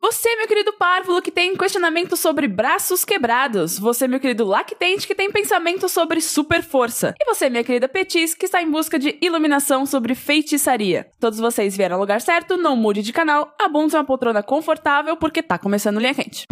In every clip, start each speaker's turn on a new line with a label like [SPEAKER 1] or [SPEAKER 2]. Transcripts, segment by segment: [SPEAKER 1] Você, meu querido párvulo, que tem questionamento sobre braços quebrados. Você, meu querido lactente, que tem pensamento sobre super força. E você, minha querida Petis, que está em busca de iluminação sobre feitiçaria. Todos vocês vieram ao lugar certo, não mude de canal, abunde uma poltrona confortável, porque tá começando linha quente.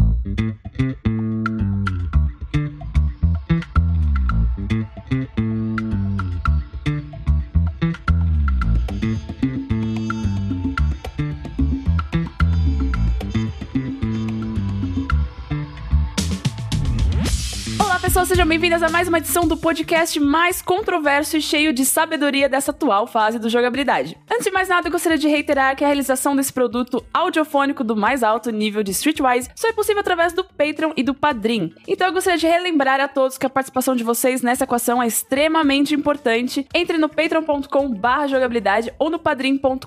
[SPEAKER 1] Olá, pessoal, sejam bem-vindas a mais uma edição do podcast mais controverso e cheio de sabedoria dessa atual fase do jogabilidade. Antes de mais nada, eu gostaria de reiterar que a realização desse produto audiofônico do mais alto nível de Streetwise só é possível através do Patreon e do Padrim. Então eu gostaria de relembrar a todos que a participação de vocês nessa equação é extremamente importante. Entre no patreon.com barra jogabilidade ou no padrim.com.br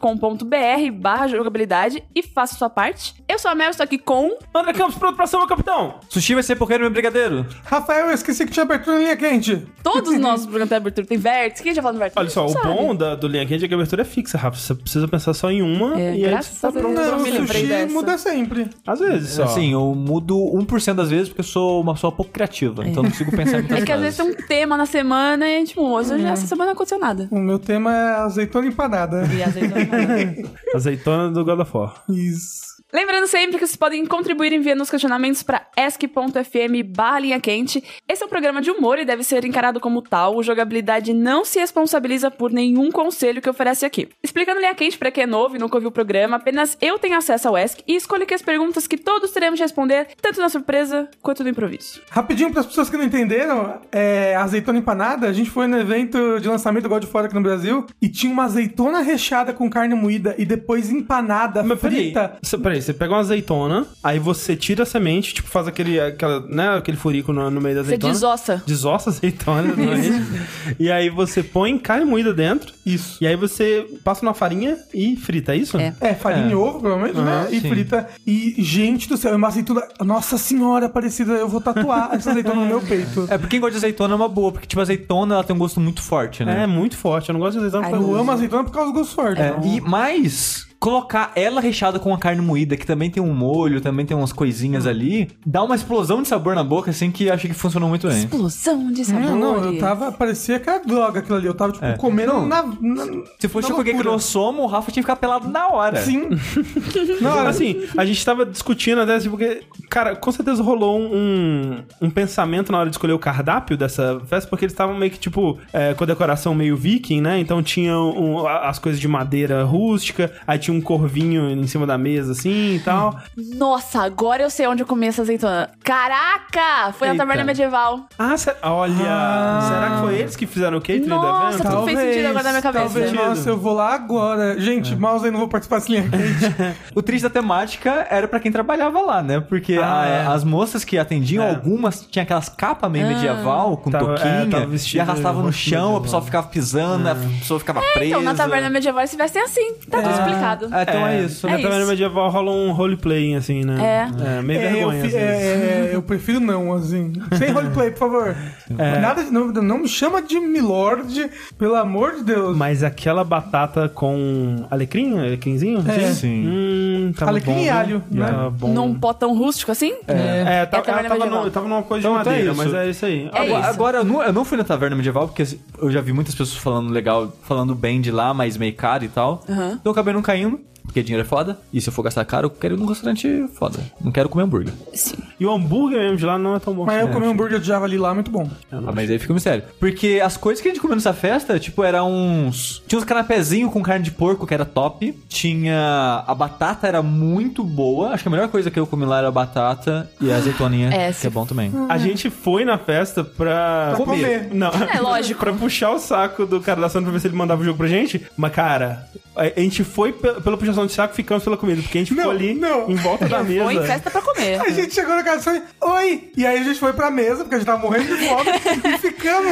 [SPEAKER 1] barra jogabilidade e faça sua parte. Eu sou a Mel, estou aqui com...
[SPEAKER 2] André Campos, pronto pra ação, meu capitão! Sushi vai ser porqueiro, meu brigadeiro.
[SPEAKER 3] Rafael, eu esqueci que tinha abertura na linha quente.
[SPEAKER 1] Todos os nossos programas de abertura tem vértice. Quem já falou no vértice?
[SPEAKER 2] Olha só, o
[SPEAKER 1] Sabe.
[SPEAKER 2] bom da, do linha quente é que a abertura é fixa, Rafa. Você precisa pensar só em uma
[SPEAKER 1] É,
[SPEAKER 2] e aí
[SPEAKER 1] graças
[SPEAKER 2] você tá
[SPEAKER 1] a Deus.
[SPEAKER 2] pronto pra
[SPEAKER 1] Eu
[SPEAKER 3] o
[SPEAKER 1] me lembrei
[SPEAKER 3] sushi
[SPEAKER 1] dessa.
[SPEAKER 3] muda sempre.
[SPEAKER 2] Às vezes, só.
[SPEAKER 4] Assim, eu mudo 1% das vezes porque eu sou uma pessoa pouco criativa, então não consigo pensar em muitas
[SPEAKER 1] É que às vezes
[SPEAKER 4] coisas.
[SPEAKER 1] tem um tema na semana e, tipo, hoje essa semana não aconteceu nada.
[SPEAKER 3] O meu tema é azeitona empanada.
[SPEAKER 1] E às vezes não-
[SPEAKER 2] azeitona do God of War.
[SPEAKER 3] Isso.
[SPEAKER 1] Lembrando sempre que vocês podem contribuir enviando os questionamentos para ask.fm barra linha quente. Esse é um programa de humor e deve ser encarado como tal. O jogabilidade não se responsabiliza por nenhum conselho que oferece aqui. Explicando linha quente para quem é novo e nunca ouviu o programa, apenas eu tenho acesso ao ESC e escolho aqui as perguntas que todos teremos de responder, tanto na surpresa quanto no improviso.
[SPEAKER 3] Rapidinho, para as pessoas que não entenderam, é, azeitona empanada, a gente foi no evento de lançamento do God of War aqui no Brasil e tinha uma azeitona recheada com carne moída e depois empanada,
[SPEAKER 2] Mas peraí,
[SPEAKER 3] frita.
[SPEAKER 2] você- peraí, você pega uma azeitona, aí você tira a semente, tipo, faz aquele, aquela, né, aquele furico no, no meio da
[SPEAKER 1] Você
[SPEAKER 2] azeitona.
[SPEAKER 1] desossa.
[SPEAKER 2] Desossa a azeitona, não é isso? E aí você põe carne moída dentro,
[SPEAKER 3] Isso.
[SPEAKER 2] e aí você passa na farinha e frita, é isso?
[SPEAKER 1] É.
[SPEAKER 3] É, farinha
[SPEAKER 2] É.
[SPEAKER 3] e ovo, provavelmente, né?
[SPEAKER 2] Aham,
[SPEAKER 3] E
[SPEAKER 2] sim.
[SPEAKER 3] frita. E, gente do céu, é uma azeitona... Nossa senhora, parecida, eu vou tatuar essa azeitona no meu peito.
[SPEAKER 1] um-
[SPEAKER 4] É porque quem gosta de azeitona é uma boa, porque tipo, azeitona ela tem um gosto muito forte,
[SPEAKER 2] É,
[SPEAKER 4] né?
[SPEAKER 2] muito forte. Eu não gosto de azeitona.
[SPEAKER 1] Ai,
[SPEAKER 2] por
[SPEAKER 3] Eu
[SPEAKER 2] causa
[SPEAKER 3] amo azeitona por causa do gosto forte. Então,
[SPEAKER 4] É, E mais, colocar ela recheada com a carne moída, que também tem um molho, também tem umas coisinhas ali, dá uma explosão de sabor na boca, assim, que eu achei que funcionou muito bem.
[SPEAKER 1] Explosão de sabores.
[SPEAKER 3] Não, É, não, eu tava. Parecia que era droga aquilo ali. Eu tava, tipo,
[SPEAKER 4] É.
[SPEAKER 3] comendo
[SPEAKER 4] Não.
[SPEAKER 3] na, na.
[SPEAKER 4] Se fosse
[SPEAKER 3] na
[SPEAKER 4] qualquer
[SPEAKER 3] loucura.
[SPEAKER 4] grossomo, o Rafa tinha que ficar pelado na hora.
[SPEAKER 3] Sim.
[SPEAKER 1] É.
[SPEAKER 2] Não, assim, a gente tava discutindo até assim, porque, cara, com certeza rolou um, um, um pensamento na hora de escolher o cardápio dessa festa, porque eles estavam meio que, tipo, é, com a decoração meio viking, né? Então tinha um- a- as coisas de madeira rústica, aí tinha um corvinho em cima da mesa, assim e tal.
[SPEAKER 1] Nossa, agora eu sei onde eu comi essa azeitona. Caraca! Foi na
[SPEAKER 2] Eita.
[SPEAKER 1] taverna medieval.
[SPEAKER 2] Ah, se- olha!
[SPEAKER 3] Ah.
[SPEAKER 2] Será que foi eles que fizeram o catering
[SPEAKER 1] Nossa,
[SPEAKER 2] do evento?
[SPEAKER 1] tudo fez sentido agora na minha cabeça.
[SPEAKER 3] Talvez,
[SPEAKER 2] Sentido.
[SPEAKER 3] nossa, eu vou lá agora.
[SPEAKER 2] É.
[SPEAKER 3] Gente, mouse aí não vou participar desse linha quente.
[SPEAKER 4] O triste da temática era pra quem trabalhava lá, né? Porque
[SPEAKER 2] Ah,
[SPEAKER 4] a-
[SPEAKER 2] é.
[SPEAKER 4] as moças que atendiam,
[SPEAKER 2] É.
[SPEAKER 4] algumas tinham aquelas capas
[SPEAKER 1] Ah.
[SPEAKER 4] meio medieval, com
[SPEAKER 2] Tava- é, tava
[SPEAKER 4] toquinha, e
[SPEAKER 2] vestido
[SPEAKER 4] arrastava no
[SPEAKER 2] vestido
[SPEAKER 4] chão, a
[SPEAKER 2] medieval.
[SPEAKER 4] pessoa ficava pisando, a
[SPEAKER 2] É.
[SPEAKER 4] pessoa ficava presa.
[SPEAKER 1] Então, na taverna medieval eles vestem assim. Tá tudo explicado.
[SPEAKER 4] Ah, então é, isso.
[SPEAKER 2] Na
[SPEAKER 1] É
[SPEAKER 2] taverna
[SPEAKER 1] isso.
[SPEAKER 2] medieval rola um roleplaying, assim, né? É. meio
[SPEAKER 3] É, eu,
[SPEAKER 2] vergonha.
[SPEAKER 3] fi-
[SPEAKER 2] às vezes.
[SPEAKER 3] é, é, eu prefiro não, assim. Sem roleplay, por favor.
[SPEAKER 2] É.
[SPEAKER 3] Nada de, não, não me chama de milord, pelo amor de Deus.
[SPEAKER 2] Mas aquela batata com alecrim, alecrimzinho? assim?
[SPEAKER 3] É.
[SPEAKER 4] Sim.
[SPEAKER 2] Hum, tava
[SPEAKER 3] Alecrim
[SPEAKER 2] bom,
[SPEAKER 3] e
[SPEAKER 2] viu?
[SPEAKER 3] alho, né?
[SPEAKER 2] Tava bom.
[SPEAKER 1] Num pó tão rústico assim?
[SPEAKER 2] É, tá,
[SPEAKER 1] É a taverna
[SPEAKER 2] ela tava,
[SPEAKER 1] medieval.
[SPEAKER 2] num- tava numa coisa de
[SPEAKER 4] Então tá
[SPEAKER 2] madeira,
[SPEAKER 4] isso.
[SPEAKER 2] mas é isso aí.
[SPEAKER 1] É
[SPEAKER 4] Agora,
[SPEAKER 1] isso.
[SPEAKER 4] agora, eu, não, eu não fui na taverna medieval, porque assim, eu já vi muitas pessoas falando legal, falando bem de lá, mas meio caro e tal.
[SPEAKER 1] Aham.
[SPEAKER 4] Então eu acabei não caindo, porque dinheiro é foda. E se eu for gastar caro, eu quero ir num restaurante foda. Não quero comer hambúrguer.
[SPEAKER 1] Sim.
[SPEAKER 2] E o hambúrguer mesmo de lá não é tão bom.
[SPEAKER 3] Mas
[SPEAKER 2] assim,
[SPEAKER 3] eu
[SPEAKER 2] né? É,
[SPEAKER 3] comi um hambúrguer de javali lá, muito bom.
[SPEAKER 4] Ah, mas aí fica o mistério. Porque as coisas que a gente comeu nessa festa, tipo, eram uns. Tinha uns canapézinhos com carne de porco, que era top. Tinha. A batata era muito boa. Acho que a melhor coisa que eu comi lá era a batata e a azeitoninha,
[SPEAKER 1] É,
[SPEAKER 4] que
[SPEAKER 1] se-
[SPEAKER 4] é bom também.
[SPEAKER 2] A gente foi na festa pra...
[SPEAKER 3] Pra comer.
[SPEAKER 2] Não.
[SPEAKER 1] É, lógico.
[SPEAKER 2] pra puxar o saco do cara da Sony pra ver se ele mandava o jogo pra gente. Mas, cara, a a gente foi pe- pela puxação de saco e ficamos pela comida. Porque a gente
[SPEAKER 3] Não,
[SPEAKER 2] ficou ali
[SPEAKER 3] não.
[SPEAKER 2] em volta da mesa.
[SPEAKER 1] Ou em festa pra comer.
[SPEAKER 3] A gente chegou na casa e falou, oi! E aí a gente foi pra mesa, porque a gente tava morrendo de fome, e ficamos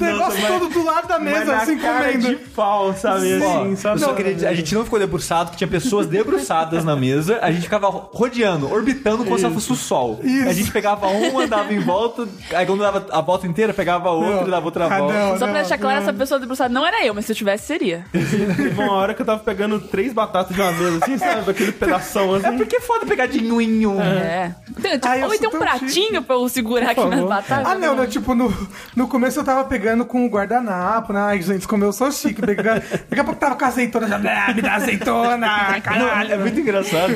[SPEAKER 3] o negócio
[SPEAKER 2] mas-
[SPEAKER 3] todo do lado da
[SPEAKER 2] Mas
[SPEAKER 3] mesa,
[SPEAKER 2] na
[SPEAKER 3] assim,
[SPEAKER 2] cara
[SPEAKER 3] comendo.
[SPEAKER 2] de pau, sabe?
[SPEAKER 4] Ó,
[SPEAKER 2] Assim,
[SPEAKER 4] eu só
[SPEAKER 2] sabe?
[SPEAKER 4] queria dizer, a gente não ficou debruçado, que tinha pessoas debruçadas na mesa. A gente ficava rodeando, orbitando como se fosse o sol. A gente pegava um, andava em volta. Aí quando dava a volta inteira, pegava outro e dava outra
[SPEAKER 3] Ah,
[SPEAKER 4] volta.
[SPEAKER 3] não,
[SPEAKER 1] Só
[SPEAKER 3] não,
[SPEAKER 1] pra deixar claro,
[SPEAKER 3] não.
[SPEAKER 1] essa pessoa debruçada não era eu, mas se eu tivesse, seria.
[SPEAKER 2] Teve uma hora que eu tava pegando três batatas de uma uma mesa assim, sabe? Aquele pedação assim.
[SPEAKER 4] É porque é foda pegar de nhum em nhum.
[SPEAKER 1] É. Tem, tipo,
[SPEAKER 3] Ai, Ah, eu
[SPEAKER 1] oi,
[SPEAKER 3] sou
[SPEAKER 1] tem um
[SPEAKER 3] tão
[SPEAKER 1] pratinho pra eu segurar aqui nas
[SPEAKER 2] favor.
[SPEAKER 1] batatas?
[SPEAKER 3] Ah, não, não, tipo, no, no começo eu tava pegando com o guardanapo, né? Ai, gente, como eu sou chique, pegando. Daqui a pouco tava com a azeitona já. "Ah, Me dá azeitona, caralho.
[SPEAKER 4] Não, é muito engraçado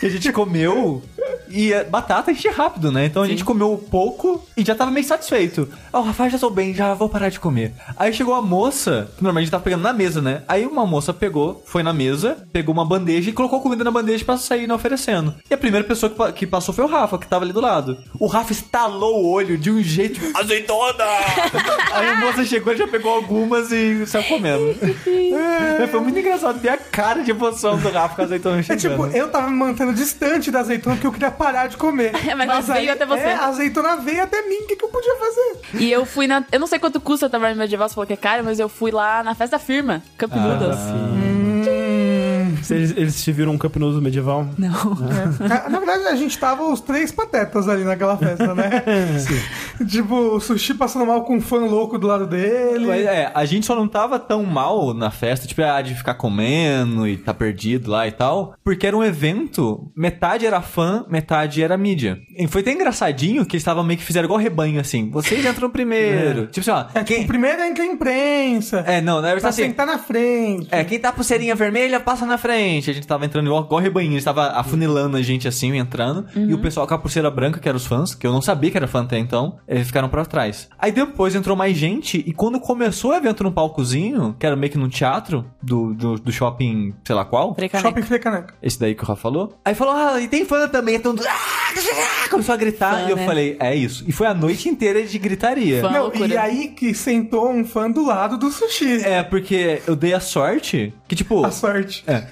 [SPEAKER 4] que a gente comeu e é, batata enche rápido, né? Então a gente comeu pouco e já tava meio satisfeito. Ah, o Rafael já sou bem, já vou parar de comer. Aí chegou a moça, que normalmente a gente tava pegando na mesa, né? Aí uma moça pegou, foi na mesa, pegou uma bandeja e colocou comida na bandeja pra sair né, oferecendo. E a primeira pessoa que, pa- que passou foi o Rafa, que tava ali do lado. O Rafa estalou o olho de um jeito. tipo, Azeitona! Aí a moça chegou, já pegou algumas e saiu comendo. É, Foi muito engraçado ver a cara de emoção do Rafa com a azeitona
[SPEAKER 3] É
[SPEAKER 4] chegando.
[SPEAKER 3] tipo, eu tava me mantendo distante da azeitona porque eu queria parar de comer.
[SPEAKER 1] É, mas ela veio até você.
[SPEAKER 3] É, a azeitona veio até mim, o que, que eu podia fazer?
[SPEAKER 1] E eu fui na. Eu não sei quanto custa a taverna medieval, você falou que é caro, mas eu fui lá na festa da firma, Camp
[SPEAKER 3] Ah.
[SPEAKER 1] Noodles. Hum.
[SPEAKER 3] Hum.
[SPEAKER 2] Eles, Ah, eles te viram um campinoso medieval?
[SPEAKER 1] Não. é
[SPEAKER 3] Na- Na verdade, a gente tava os três patetas ali naquela festa, né? Tipo, o sushi passando mal com um fã louco do lado dele.
[SPEAKER 4] Mas, é, a gente só não tava tão mal na festa, tipo, a de ficar comendo e tá perdido lá e tal, porque era um evento, metade era fã, metade era mídia. E foi até engraçadinho que eles estavam meio que fizeram igual rebanho, assim, vocês entram primeiro. Tipo assim, ó,
[SPEAKER 3] É, tipo,
[SPEAKER 4] quem...
[SPEAKER 3] primeiro entra a imprensa.
[SPEAKER 4] É, não, na
[SPEAKER 3] Pra
[SPEAKER 4] verdade assim,
[SPEAKER 3] sentar na frente.
[SPEAKER 4] é, quem tá pulseirinha vermelha passa na frente. A gente tava entrando igual, igual rebanho, eles tava afunilando a gente assim, entrando.
[SPEAKER 1] Uhum.
[SPEAKER 4] E o pessoal com a pulseira branca, que eram os fãs, que eu não sabia que era fã até então, eles ficaram pra trás. Aí depois entrou mais gente, e quando começou o evento num palcozinho, que era meio que num teatro do, do, do shopping, sei lá qual.
[SPEAKER 1] Falei, caneca.
[SPEAKER 3] Shopping Frei Caneca.
[SPEAKER 4] Esse daí que o Rafa falou. Aí falou, ah, e tem fã também. Então, ah, começou a gritar.
[SPEAKER 1] Fã,
[SPEAKER 4] e eu
[SPEAKER 1] né?
[SPEAKER 4] falei, é isso. E foi a noite inteira de gritaria.
[SPEAKER 1] Fã. Uma
[SPEAKER 3] Não,
[SPEAKER 1] loucura.
[SPEAKER 3] e aí que sentou um fã do lado do sushi.
[SPEAKER 4] É, porque eu dei a sorte que, tipo.
[SPEAKER 3] A sorte.
[SPEAKER 4] É.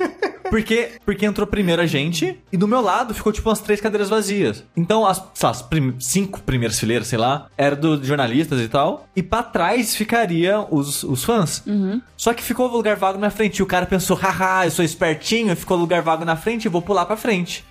[SPEAKER 4] Porque, porque entrou primeiro a gente e do meu lado ficou tipo umas três cadeiras vazias. Então, as, sei lá, as prim- cinco primeiras fileiras, sei lá, era do de jornalistas e tal. E pra trás ficaria os, os fãs. Só que ficou o lugar vago na frente. E o cara pensou, haha, eu sou espertinho, ficou lugar vago na frente, eu vou pular pra frente.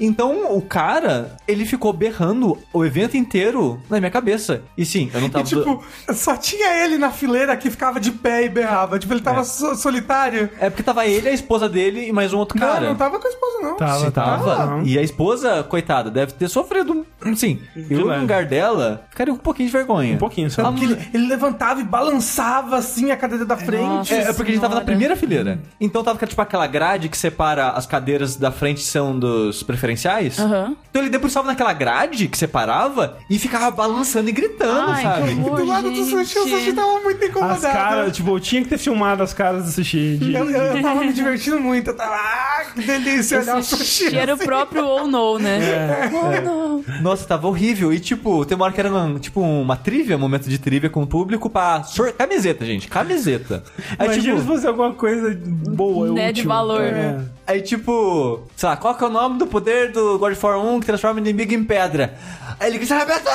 [SPEAKER 4] Então, o cara, ele ficou berrando o evento inteiro na minha cabeça. E sim, eu não
[SPEAKER 3] E
[SPEAKER 4] tava.
[SPEAKER 3] tipo, só tinha ele na fileira que ficava de pé e berrava. Tipo, ele tava
[SPEAKER 4] É.
[SPEAKER 3] so- solitário.
[SPEAKER 4] É porque tava ele, a esposa dele e mais um outro cara.
[SPEAKER 3] Não, não tava com a esposa, não.
[SPEAKER 2] Tá. Tava,
[SPEAKER 4] Se tava.
[SPEAKER 2] tava.
[SPEAKER 4] E a esposa, coitada, deve ter sofrido. um- Assim, eu no
[SPEAKER 2] leve.
[SPEAKER 4] lugar dela, ficaria com um pouquinho de vergonha.
[SPEAKER 2] Um pouquinho, sabe?
[SPEAKER 3] Tanto que ele, ele levantava e balançava assim a cadeira da frente.
[SPEAKER 1] Nossa.
[SPEAKER 4] É, é porque a gente tava na
[SPEAKER 1] Senhora.
[SPEAKER 4] primeira fileira. Então tava tipo aquela grade que separa as cadeiras da frente são dos preferenciais.
[SPEAKER 1] Aham.
[SPEAKER 4] Então ele debruçava naquela grade que separava e ficava balançando e gritando,
[SPEAKER 1] Ai,
[SPEAKER 4] sabe?
[SPEAKER 1] que horror.
[SPEAKER 3] Do lado do sushi, o sushi
[SPEAKER 1] gente.
[SPEAKER 3] tava muito
[SPEAKER 2] As
[SPEAKER 3] incomodado.
[SPEAKER 2] caras, tipo, eu tinha que ter filmado as caras do sushi. de-
[SPEAKER 3] Eu, eu tava me divertindo muito. Eu tava, ah, que delícia olhar o É,
[SPEAKER 1] Esse
[SPEAKER 3] sushi.
[SPEAKER 1] cheiro próprio ou não, né? Ou não.
[SPEAKER 4] Nossa, tava horrível. E tipo, tem uma hora que era uma- tipo uma trivia, um momento de trivia com o público pra. sor- Camiseta, gente, camiseta. Aí,
[SPEAKER 2] Imagina
[SPEAKER 4] tipo,
[SPEAKER 2] se fosse alguma coisa boa,
[SPEAKER 1] Né,
[SPEAKER 2] útil.
[SPEAKER 1] de valor.
[SPEAKER 2] É.
[SPEAKER 4] Aí, tipo, sei lá, qual que é o nome do poder do God of War 1 que transforma o inimigo em pedra? Aí ele grita, Rabetosa!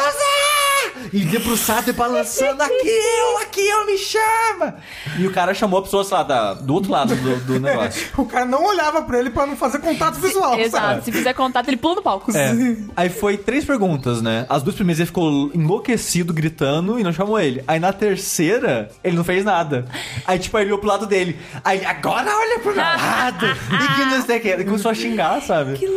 [SPEAKER 4] E debruçado e balançando, aqui eu, aqui eu, me chama! E o cara chamou a pessoa, sei lá, da- do outro lado do, do negócio.
[SPEAKER 3] O cara não olhava pra ele pra não fazer contato visual,
[SPEAKER 1] Exato.
[SPEAKER 3] sabe?
[SPEAKER 1] Se fizer contato, ele pula no palco.
[SPEAKER 4] É. Aí foi três perguntas, né? As duas primeiras ele ficou enlouquecido, gritando e não chamou ele. Aí na terceira, ele não fez nada. Aí tipo, aí ele olhou pro lado dele. Aí agora olha pro meu lado! E que não sei o que. Ele começou a xingar, sabe?
[SPEAKER 1] Que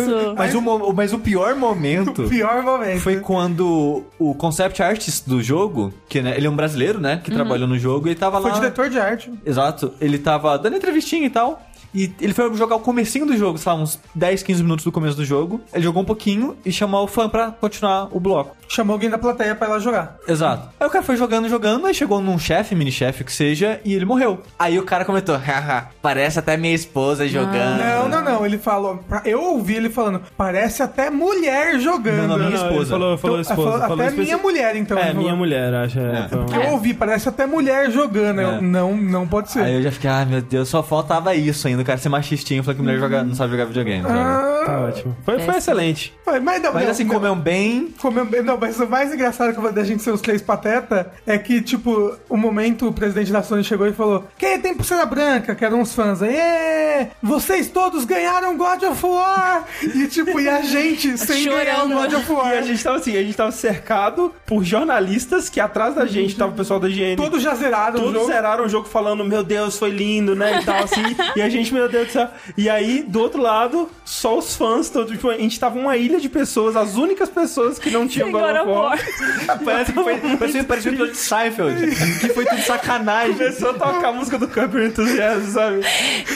[SPEAKER 1] loucaço.
[SPEAKER 4] Mas o, mo- mas o pior momento
[SPEAKER 2] É.
[SPEAKER 3] O pior momento.
[SPEAKER 4] foi quando o concept artist do jogo, que né, ele é um brasileiro, né, que trabalhou no jogo, ele tava
[SPEAKER 3] Foi
[SPEAKER 4] lá...
[SPEAKER 3] diretor de arte.
[SPEAKER 4] Exato. Ele tava dando entrevistinha e tal. E ele foi jogar o comecinho do jogo, sei lá, uns 10, 15 minutos do começo do jogo. Ele jogou um pouquinho e chamou o fã pra continuar o bloco.
[SPEAKER 3] Chamou alguém da plateia pra ir lá jogar.
[SPEAKER 4] Exato. Aí o cara foi jogando, jogando, aí chegou num chefe, mini-chefe que seja, e ele morreu. Aí o cara comentou, haha, parece até minha esposa jogando.
[SPEAKER 3] Ah, Não, não, não. Ele falou. pra- Eu ouvi ele falando. Parece até mulher jogando.
[SPEAKER 4] Não, não, minha
[SPEAKER 2] Não, ele
[SPEAKER 4] esposa.
[SPEAKER 2] falou,
[SPEAKER 3] Então,
[SPEAKER 2] falou esposa.
[SPEAKER 3] falou-
[SPEAKER 2] falou
[SPEAKER 3] até
[SPEAKER 2] especi-
[SPEAKER 3] minha mulher, então. ele
[SPEAKER 2] É,
[SPEAKER 3] falou.
[SPEAKER 2] minha mulher, acho. é,
[SPEAKER 4] É.
[SPEAKER 2] então.
[SPEAKER 3] Eu ouvi, parece até mulher jogando. Eu,
[SPEAKER 4] É.
[SPEAKER 3] não, não pode ser.
[SPEAKER 4] "Ah, Aí eu já fiquei, ai meu Deus, só faltava isso ainda, o cara ser machistinho, falando que mulher joga, não sabe jogar videogame. sabe?
[SPEAKER 3] Uhum. Ah,
[SPEAKER 2] Tá ótimo. Foi,
[SPEAKER 1] É.
[SPEAKER 2] foi excelente.
[SPEAKER 3] Foi, mas não,
[SPEAKER 4] Mas
[SPEAKER 3] não,
[SPEAKER 4] assim,
[SPEAKER 3] não.
[SPEAKER 4] comeu bem.
[SPEAKER 3] Comeu bem- Não, mas o mais engraçado que eu vou da gente ser os três pateta é que, tipo, um momento o presidente da Sony chegou e falou: Quem tem pulseira branca? Que eram uns fãs aí. "É, Vocês todos ganharam God of War! E, tipo, e a gente sem ganhar o
[SPEAKER 1] Chorando.
[SPEAKER 3] God of
[SPEAKER 2] E a
[SPEAKER 3] War.
[SPEAKER 2] gente tava assim, a gente tava cercado por jornalistas que atrás da gente tava o pessoal da GN.
[SPEAKER 3] Todos já zeraram o
[SPEAKER 2] Todos
[SPEAKER 3] jogo.
[SPEAKER 2] zeraram o jogo falando, meu Deus, foi lindo, né? E tal, assim. e a gente, meu Deus do céu. E aí, do outro lado, só os fãs. Todo, tipo, a gente tava uma ilha de pessoas, as únicas pessoas que não tinham
[SPEAKER 1] Sem
[SPEAKER 2] God of War.
[SPEAKER 4] Parece que foi. Parecia, parecia um episódio de Seinfeld. que foi tudo sacanagem.
[SPEAKER 2] Começou a tocar a música do Camper Entusiasmo, sabe?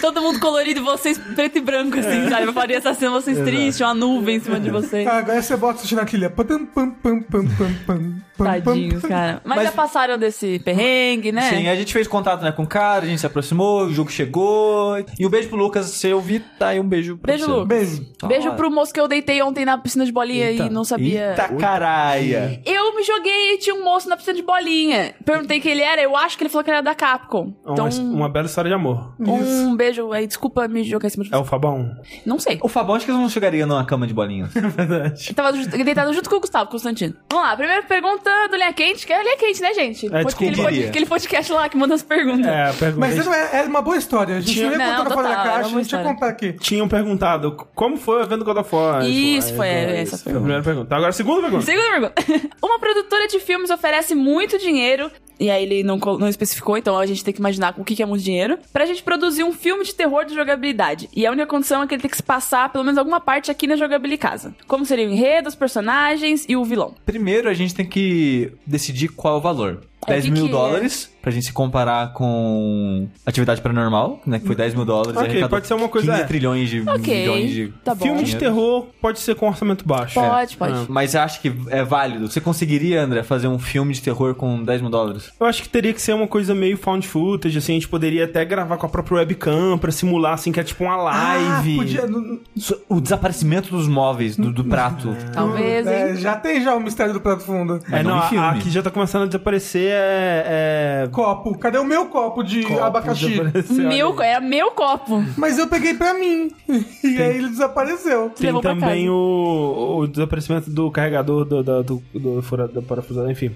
[SPEAKER 1] Todo mundo colorido e vocês preto e branco,
[SPEAKER 4] É.
[SPEAKER 1] assim, sabe? Eu faria essa cena, vocês tristes, uma nuvem em cima de vocês.
[SPEAKER 3] Ah, Agora você bota o na trilha. Pam, pam, pam, pam, pam, pam, pam, pam,
[SPEAKER 1] Tadinhos,
[SPEAKER 3] pam.
[SPEAKER 1] cara. Mas,
[SPEAKER 4] Mas-
[SPEAKER 1] já passaram desse perrengue,
[SPEAKER 3] É.
[SPEAKER 1] né?
[SPEAKER 4] Sim, a gente fez contato né, com o cara, a gente se aproximou, o jogo chegou. E um beijo pro Lucas, se eu vi, tá aí um beijo pra
[SPEAKER 1] Beijo,
[SPEAKER 4] você.
[SPEAKER 1] Lucas.
[SPEAKER 3] Beijo.
[SPEAKER 1] Beijo pro moço que eu deitei ontem na piscina de bolinha e não sabia.
[SPEAKER 4] Eita caralho.
[SPEAKER 1] Eu me joguei e tinha um moço na piscina de bolinha. Perguntei quem ele era, eu acho que ele falou que ele era da
[SPEAKER 4] Um,
[SPEAKER 1] Capcom. Então,
[SPEAKER 2] Uma, uma bela história de amor.
[SPEAKER 1] um beijo aí. Desculpa me jogar em cima de
[SPEAKER 2] É
[SPEAKER 1] você.
[SPEAKER 2] o Fabão.
[SPEAKER 1] Não sei.
[SPEAKER 4] O Fabão acho que eles não chegariam numa cama de bolinhas.
[SPEAKER 2] Verdade.
[SPEAKER 1] Eu tava ju- deitado junto com o Gustavo Constantino. Vamos lá, primeira pergunta do Linha Quente, que é a Linha Quente, né, gente? Pod-
[SPEAKER 2] desculpa.
[SPEAKER 1] aquele, pod-
[SPEAKER 4] Queria.
[SPEAKER 1] aquele podcast lá que manda as perguntas.
[SPEAKER 2] É, a pergunta.
[SPEAKER 3] Mas isso é, era uma boa história. A gente
[SPEAKER 2] Tinha-
[SPEAKER 3] não ia
[SPEAKER 1] Não,
[SPEAKER 3] contar fora da
[SPEAKER 1] total, era
[SPEAKER 3] caixa,
[SPEAKER 1] uma
[SPEAKER 3] a
[SPEAKER 1] boa
[SPEAKER 3] gente ia
[SPEAKER 1] história.
[SPEAKER 3] contar aqui.
[SPEAKER 2] Tinham perguntado como foi o evento God of War.
[SPEAKER 1] Isso, foi,
[SPEAKER 2] é,
[SPEAKER 1] essa foi
[SPEAKER 2] a primeira pergunta. Agora, a segunda pergunta.
[SPEAKER 1] Segunda pergunta. Uma produtora de filmes oferece muito dinheiro. E aí ele não, co- não especificou, então a gente tem que imaginar o que que é muito dinheiro. Pra gente produzir um filme de terror de jogabilidade. E a única condição é que ele tem que se passar pelo menos alguma parte aqui na jogabilicasa. Como seria o enredo, os personagens e o vilão.
[SPEAKER 4] Primeiro a gente tem que decidir qual é o valor.
[SPEAKER 1] É,
[SPEAKER 4] 10
[SPEAKER 1] que
[SPEAKER 4] mil
[SPEAKER 1] que é?
[SPEAKER 4] dólares, pra gente se comparar com Atividade Paranormal, né? Que foi 10 mil dólares. e
[SPEAKER 2] Ok,
[SPEAKER 4] arrecadou
[SPEAKER 2] pode ser uma coisa-
[SPEAKER 4] 15
[SPEAKER 2] é.
[SPEAKER 4] trilhões de
[SPEAKER 1] Hum. Ok,
[SPEAKER 4] milhões de...
[SPEAKER 1] tá bom.
[SPEAKER 2] Filme de terror pode ser com orçamento baixo.
[SPEAKER 1] Pode, pode.
[SPEAKER 2] Ah.
[SPEAKER 4] Mas eu acho que é válido. Você conseguiria, André, fazer um filme de terror com 10 mil dólares?
[SPEAKER 2] Eu acho que teria que ser uma coisa meio found footage, assim, a gente poderia até gravar com a própria webcam pra simular, assim, que é tipo uma live.
[SPEAKER 3] Ah, podia. não-
[SPEAKER 4] So- O desaparecimento dos móveis, do, do prato.
[SPEAKER 1] Tá. Talvez,
[SPEAKER 3] é,
[SPEAKER 1] hein?
[SPEAKER 3] já tem já o mistério do prato fundo.
[SPEAKER 2] É,
[SPEAKER 4] Mas não
[SPEAKER 2] não,
[SPEAKER 4] em
[SPEAKER 2] a-
[SPEAKER 4] filme.
[SPEAKER 2] a que já tá começando a desaparecer é... é...
[SPEAKER 3] Copo. Cadê o meu copo de
[SPEAKER 2] copo
[SPEAKER 3] abacaxi?
[SPEAKER 2] desaparecer, olha
[SPEAKER 1] Meu,
[SPEAKER 2] aí.
[SPEAKER 1] é meu copo.
[SPEAKER 3] Mas eu peguei pra mim. E aí ele desapareceu.
[SPEAKER 2] Tem
[SPEAKER 1] levou pra
[SPEAKER 2] também
[SPEAKER 1] casa.
[SPEAKER 2] o, o desaparecimento do carregador do, do, do, do fura- do parafusador, enfim.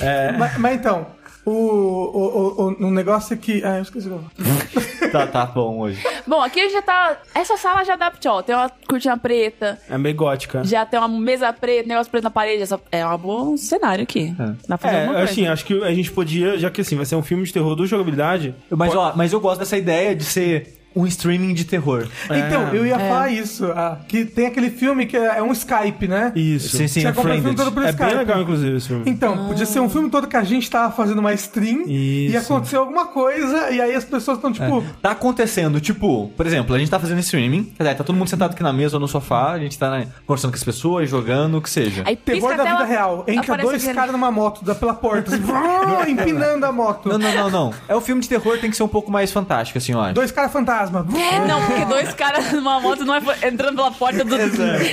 [SPEAKER 2] É,
[SPEAKER 3] Mas, mas então, o, o, o, o- o negócio é que. Ah, eu esqueci. o nome.
[SPEAKER 4] tá, tá bom hoje.
[SPEAKER 1] Bom, aqui já tá. Essa sala já dá pra. Ó, tem uma cortina preta,
[SPEAKER 2] é meio gótica.
[SPEAKER 1] já tem uma mesa preta, um negócio preto na parede. Essa... É um bom cenário aqui. Dá pra fazer
[SPEAKER 2] É,
[SPEAKER 1] alguma coisa.
[SPEAKER 2] assim, acho que a gente podia, já que assim, vai ser um filme de terror do jogabilidade,
[SPEAKER 4] Mas, ó, mas eu gosto dessa ideia de ser um streaming de terror.
[SPEAKER 2] É.
[SPEAKER 3] Então, eu
[SPEAKER 1] É.
[SPEAKER 3] ia falar isso. ah, que tem aquele filme que é, é um Skype, né?
[SPEAKER 2] isso.
[SPEAKER 4] Sim, sim,
[SPEAKER 3] Você
[SPEAKER 4] é
[SPEAKER 3] compra o filme
[SPEAKER 4] Friended.
[SPEAKER 3] todo por
[SPEAKER 2] É
[SPEAKER 3] Skype.
[SPEAKER 2] bem legal, inclusive, esse filme.
[SPEAKER 3] Então, podia
[SPEAKER 1] Ah.
[SPEAKER 3] ser um filme todo que a gente tava fazendo uma stream e
[SPEAKER 2] Isso.
[SPEAKER 3] aconteceu alguma coisa e aí as pessoas estão tipo.
[SPEAKER 4] Tá acontecendo, tipo, por exemplo, a gente tá fazendo streaming, quer dizer, tá todo mundo sentado aqui na mesa ou no sofá, a gente tá né, conversando com as pessoas, jogando, o que seja.
[SPEAKER 1] Aí pisca
[SPEAKER 3] Terror
[SPEAKER 1] a
[SPEAKER 3] da
[SPEAKER 1] tela,
[SPEAKER 3] vida real. Entra
[SPEAKER 1] aparece né?
[SPEAKER 3] dois
[SPEAKER 1] aquele-
[SPEAKER 3] caras numa moto, dá pela porta, assim, vrum, empinando a moto.
[SPEAKER 4] Não, não, não, não. É um filme de terror, tem que ser um pouco mais fantástico, assim, eu acho.
[SPEAKER 3] Dois caras fantasma.
[SPEAKER 4] Então.
[SPEAKER 1] É,
[SPEAKER 3] vrum.
[SPEAKER 1] não, porque dois caras numa moto não é fa- entrando pela porta do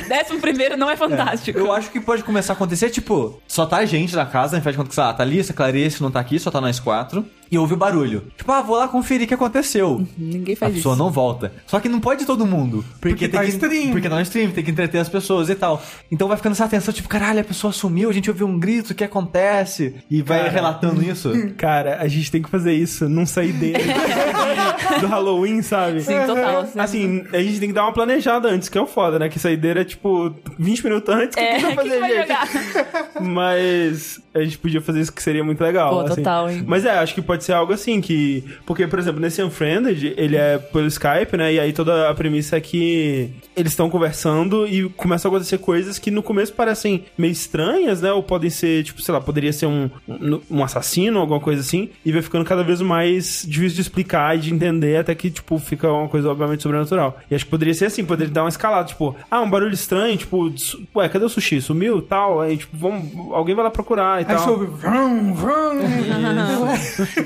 [SPEAKER 1] décimo primeiro não é fantástico.
[SPEAKER 4] Eu acho que pode começar a acontecer, tipo, só tá a gente na casa, ao invés de conta que, sei lá, tá Lisa, Clarice, não tá aqui, só tá nós quatro, e ouve o barulho. Tipo, ah, vou lá conferir o que aconteceu.
[SPEAKER 1] Ninguém
[SPEAKER 4] A
[SPEAKER 1] faz
[SPEAKER 4] pessoa
[SPEAKER 1] isso.
[SPEAKER 4] não volta. Só que não pode todo mundo. Porque,
[SPEAKER 3] Porque
[SPEAKER 4] tem
[SPEAKER 3] tá
[SPEAKER 4] que.
[SPEAKER 3] stream.
[SPEAKER 4] Porque tá no stream, tem que entreter as pessoas e tal. Então vai ficando essa atenção, tipo, caralho, a pessoa sumiu, a gente ouviu um grito, o que acontece? E vai relatando isso.
[SPEAKER 2] Cara, a gente tem que fazer isso num saideiro do Halloween, sabe?
[SPEAKER 1] Sim, total. sim.
[SPEAKER 2] Assim, a gente tem que dar uma planejada antes, que é o foda, né? Que saideira é tipo 20 minutos antes que
[SPEAKER 1] É,
[SPEAKER 2] tu vai
[SPEAKER 1] quem que
[SPEAKER 2] fazer
[SPEAKER 1] vai
[SPEAKER 2] gente?
[SPEAKER 1] jogar?
[SPEAKER 2] Mas a gente podia fazer isso que seria muito legal.
[SPEAKER 1] Pô,
[SPEAKER 2] assim.
[SPEAKER 1] total, hein?
[SPEAKER 2] Mas é, acho que pode ser algo assim que. Porque, por exemplo, nesse Unfriended, ele é pelo Skype, né? E aí toda a premissa é que eles estão conversando e começam a acontecer coisas que no começo parecem meio estranhas, né? Ou podem ser, tipo, sei lá, poderia ser um, um, um assassino, alguma coisa assim. E vai ficando cada vez mais difícil de explicar e de entender, até que, tipo, fica uma coisa obviamente sobrenatural. E acho que poderia ser assim, poderia dar uma escalada, tipo, ah, um barulho estranho, tipo, su- ué, cadê o sushi? Sumiu tal? Aí, tipo, vamos, alguém vai lá procurar e
[SPEAKER 3] Aí
[SPEAKER 2] tal.
[SPEAKER 3] soube. Vrum, vrum.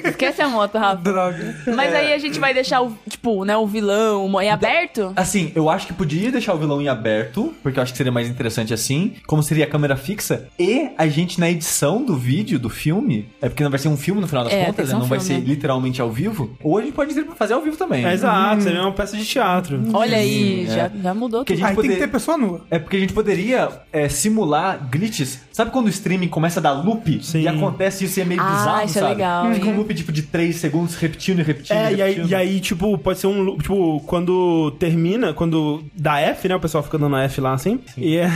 [SPEAKER 1] Esquece a moto, Rafa.
[SPEAKER 3] Droga.
[SPEAKER 1] Mas aí a gente vai deixar o, tipo, né, o vilão em aberto?
[SPEAKER 4] Assim, eu acho que podia deixar o vilão em aberto, porque eu acho que seria mais interessante assim, como seria a câmera fixa, e a gente na edição do vídeo, do filme, é porque não vai ser um filme no final das
[SPEAKER 1] É, tem que
[SPEAKER 4] contas,
[SPEAKER 1] ser
[SPEAKER 4] né?
[SPEAKER 1] um
[SPEAKER 4] não vai
[SPEAKER 1] filme.
[SPEAKER 4] ser literalmente ao vivo, ou a gente pode fazer ao vivo também.
[SPEAKER 2] É, exato, seria uma peça de teatro.
[SPEAKER 1] Olha aí,
[SPEAKER 4] é.
[SPEAKER 1] já, já mudou
[SPEAKER 4] Que a
[SPEAKER 1] tudo.
[SPEAKER 4] gente
[SPEAKER 3] Aí tem
[SPEAKER 4] poder-
[SPEAKER 3] que ter pessoa nua.
[SPEAKER 4] É porque a gente poderia é, simular glitches. Sabe quando o streaming começa a dar loop?
[SPEAKER 2] Sim.
[SPEAKER 4] E acontece isso e é meio
[SPEAKER 1] Ah,
[SPEAKER 4] bizarro,
[SPEAKER 1] isso é
[SPEAKER 4] sabe?
[SPEAKER 1] legal,
[SPEAKER 4] Fica
[SPEAKER 1] hein?
[SPEAKER 4] um loop tipo de 3 segundos repetindo e repetindo.
[SPEAKER 2] É, e aí,
[SPEAKER 4] repetindo.
[SPEAKER 2] e aí, tipo, pode ser um. lu- Tipo, quando termina, quando dá F, né? O pessoal fica dando F lá assim. E é.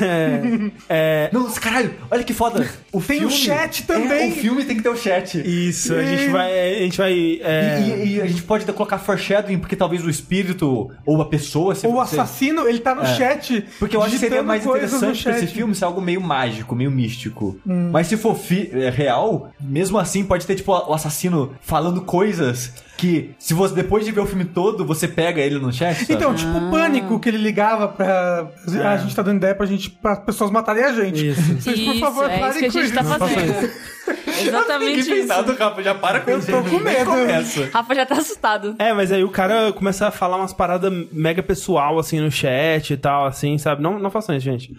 [SPEAKER 2] é
[SPEAKER 4] Não, caralho, olha que foda. O
[SPEAKER 3] Tem o
[SPEAKER 4] filme,
[SPEAKER 3] chat
[SPEAKER 4] É,
[SPEAKER 3] também.
[SPEAKER 4] o filme tem que ter o chat. E,
[SPEAKER 2] isso, a gente vai. A gente vai. é,
[SPEAKER 4] e- e a gente pode até colocar foreshadowing, porque talvez o espírito ou a pessoa... Se
[SPEAKER 3] Ou o
[SPEAKER 4] você- É.
[SPEAKER 3] assassino, ele tá no chat.
[SPEAKER 4] Porque eu acho que seria
[SPEAKER 3] digitando
[SPEAKER 4] mais
[SPEAKER 3] coisas no
[SPEAKER 4] interessante pra
[SPEAKER 3] chat.
[SPEAKER 4] esse filme ser algo meio mágico, meio místico. Mas se for fi- é, real, mesmo assim pode ter, tipo, o assassino falando coisas que, se você depois de ver o filme todo, você pega ele no chat. sabe? É.
[SPEAKER 3] Então, tipo, o
[SPEAKER 1] Ah.
[SPEAKER 3] pânico que ele ligava pra. Ah, a gente tá dando ideia pra gente, pra pessoas matarem a gente.
[SPEAKER 2] Isso.
[SPEAKER 3] Vocês,
[SPEAKER 1] isso,
[SPEAKER 3] por favor,
[SPEAKER 1] é isso que
[SPEAKER 3] parem
[SPEAKER 1] a
[SPEAKER 3] com
[SPEAKER 1] gente tá
[SPEAKER 3] isso.
[SPEAKER 1] fazendo.
[SPEAKER 4] Ninguém
[SPEAKER 1] Exatamente
[SPEAKER 4] fez
[SPEAKER 1] isso.
[SPEAKER 4] nada, Rafa, já para com
[SPEAKER 3] Eu
[SPEAKER 4] isso.
[SPEAKER 3] tô com
[SPEAKER 4] Nem
[SPEAKER 3] medo.
[SPEAKER 4] começa.
[SPEAKER 1] Rafa já tá assustado.
[SPEAKER 2] É, mas aí o cara começa a falar umas paradas mega pessoal, assim, no chat e tal, assim, sabe? Não, não façam isso, gente.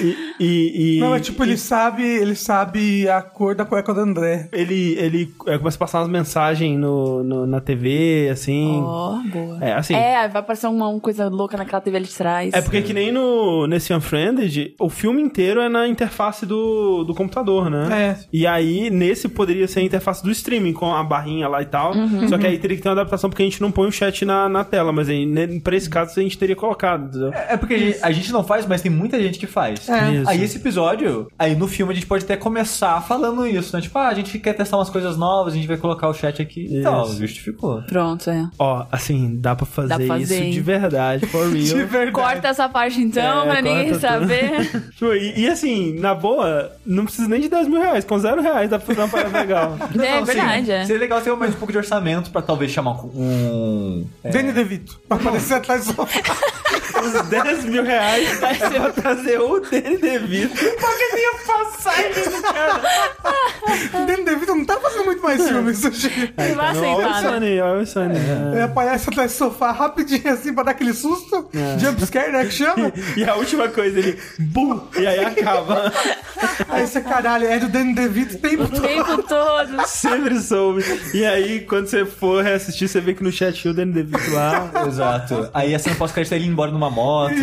[SPEAKER 2] E, e- e-
[SPEAKER 3] Não, é tipo, ele sabe, ele sabe a cor da cueca do André.
[SPEAKER 2] Ele, ele é, começa a passar umas mensagens no, no- na TV, assim.
[SPEAKER 1] Ó, boa.
[SPEAKER 2] É, assim. É,
[SPEAKER 1] É, vai aparecer uma, uma coisa louca naquela TV ali de trás.
[SPEAKER 2] porque que nem no, nesse Unfriended, o filme inteiro é na interface do, do computador, né?
[SPEAKER 3] É.
[SPEAKER 2] E aí, nesse poderia ser a interface do streaming, com a barrinha lá e tal. Só que aí teria que ter uma adaptação, porque a gente não põe o chat na, na tela. Mas aí, ne- pra esse caso, a gente teria colocado, entendeu?
[SPEAKER 4] É porque a gente, a gente não faz, mas tem muita gente que faz.
[SPEAKER 2] É.
[SPEAKER 4] Aí
[SPEAKER 2] Isso.
[SPEAKER 4] esse episódio, aí no filme a gente pode até começar falando isso, né? Tipo, ah, a gente quer testar umas coisas novas, a gente vai colocar o chat aqui.
[SPEAKER 2] Isso.
[SPEAKER 4] Então, justificou.
[SPEAKER 1] Pronto, é.
[SPEAKER 2] Ó, assim, dá pra fazer,
[SPEAKER 1] Dá pra fazer,
[SPEAKER 2] isso
[SPEAKER 1] hein?
[SPEAKER 2] de verdade, for
[SPEAKER 3] De
[SPEAKER 2] real.
[SPEAKER 3] verdade.
[SPEAKER 1] Corta essa parte então,
[SPEAKER 2] É,
[SPEAKER 1] pra ninguém
[SPEAKER 2] corta
[SPEAKER 1] saber.
[SPEAKER 2] Tipo, e, e assim, na boa, não precisa nem de 10 mil reais, com zero reais dá pra fazer uma parada legal.
[SPEAKER 1] é
[SPEAKER 4] Não, sim, né?
[SPEAKER 1] verdade, é.
[SPEAKER 4] Seria legal ter mais um pouco de orçamento pra talvez chamar um.
[SPEAKER 3] É. Danny DeVito. Pra aparecer atrás do sofá.
[SPEAKER 2] Os 10 mil reais vai ser pra trazer o Danny DeVito.
[SPEAKER 3] Danny DeVito não tá fazendo muito mais filmes.
[SPEAKER 2] É.
[SPEAKER 1] Você vai
[SPEAKER 2] Olha o
[SPEAKER 1] aceitar, né?
[SPEAKER 2] Sony, olha o Sony.
[SPEAKER 3] Ele aparece atrás do sofá rapidinho assim pra dar aquele susto. Jumpscare, né? Que chama.
[SPEAKER 2] É. E a última coisa, ele bum, e aí acaba.
[SPEAKER 3] Aí você, caralho, é do Danny DeVito o tempo
[SPEAKER 1] O
[SPEAKER 3] todo.
[SPEAKER 1] tempo todo.
[SPEAKER 2] Sempre soube. E aí, quando você for reassistir, você vê que no chat tinha o Danny DeVito lá.
[SPEAKER 4] Exato. Aí essa não posso acreditar é ele indo embora numa moto.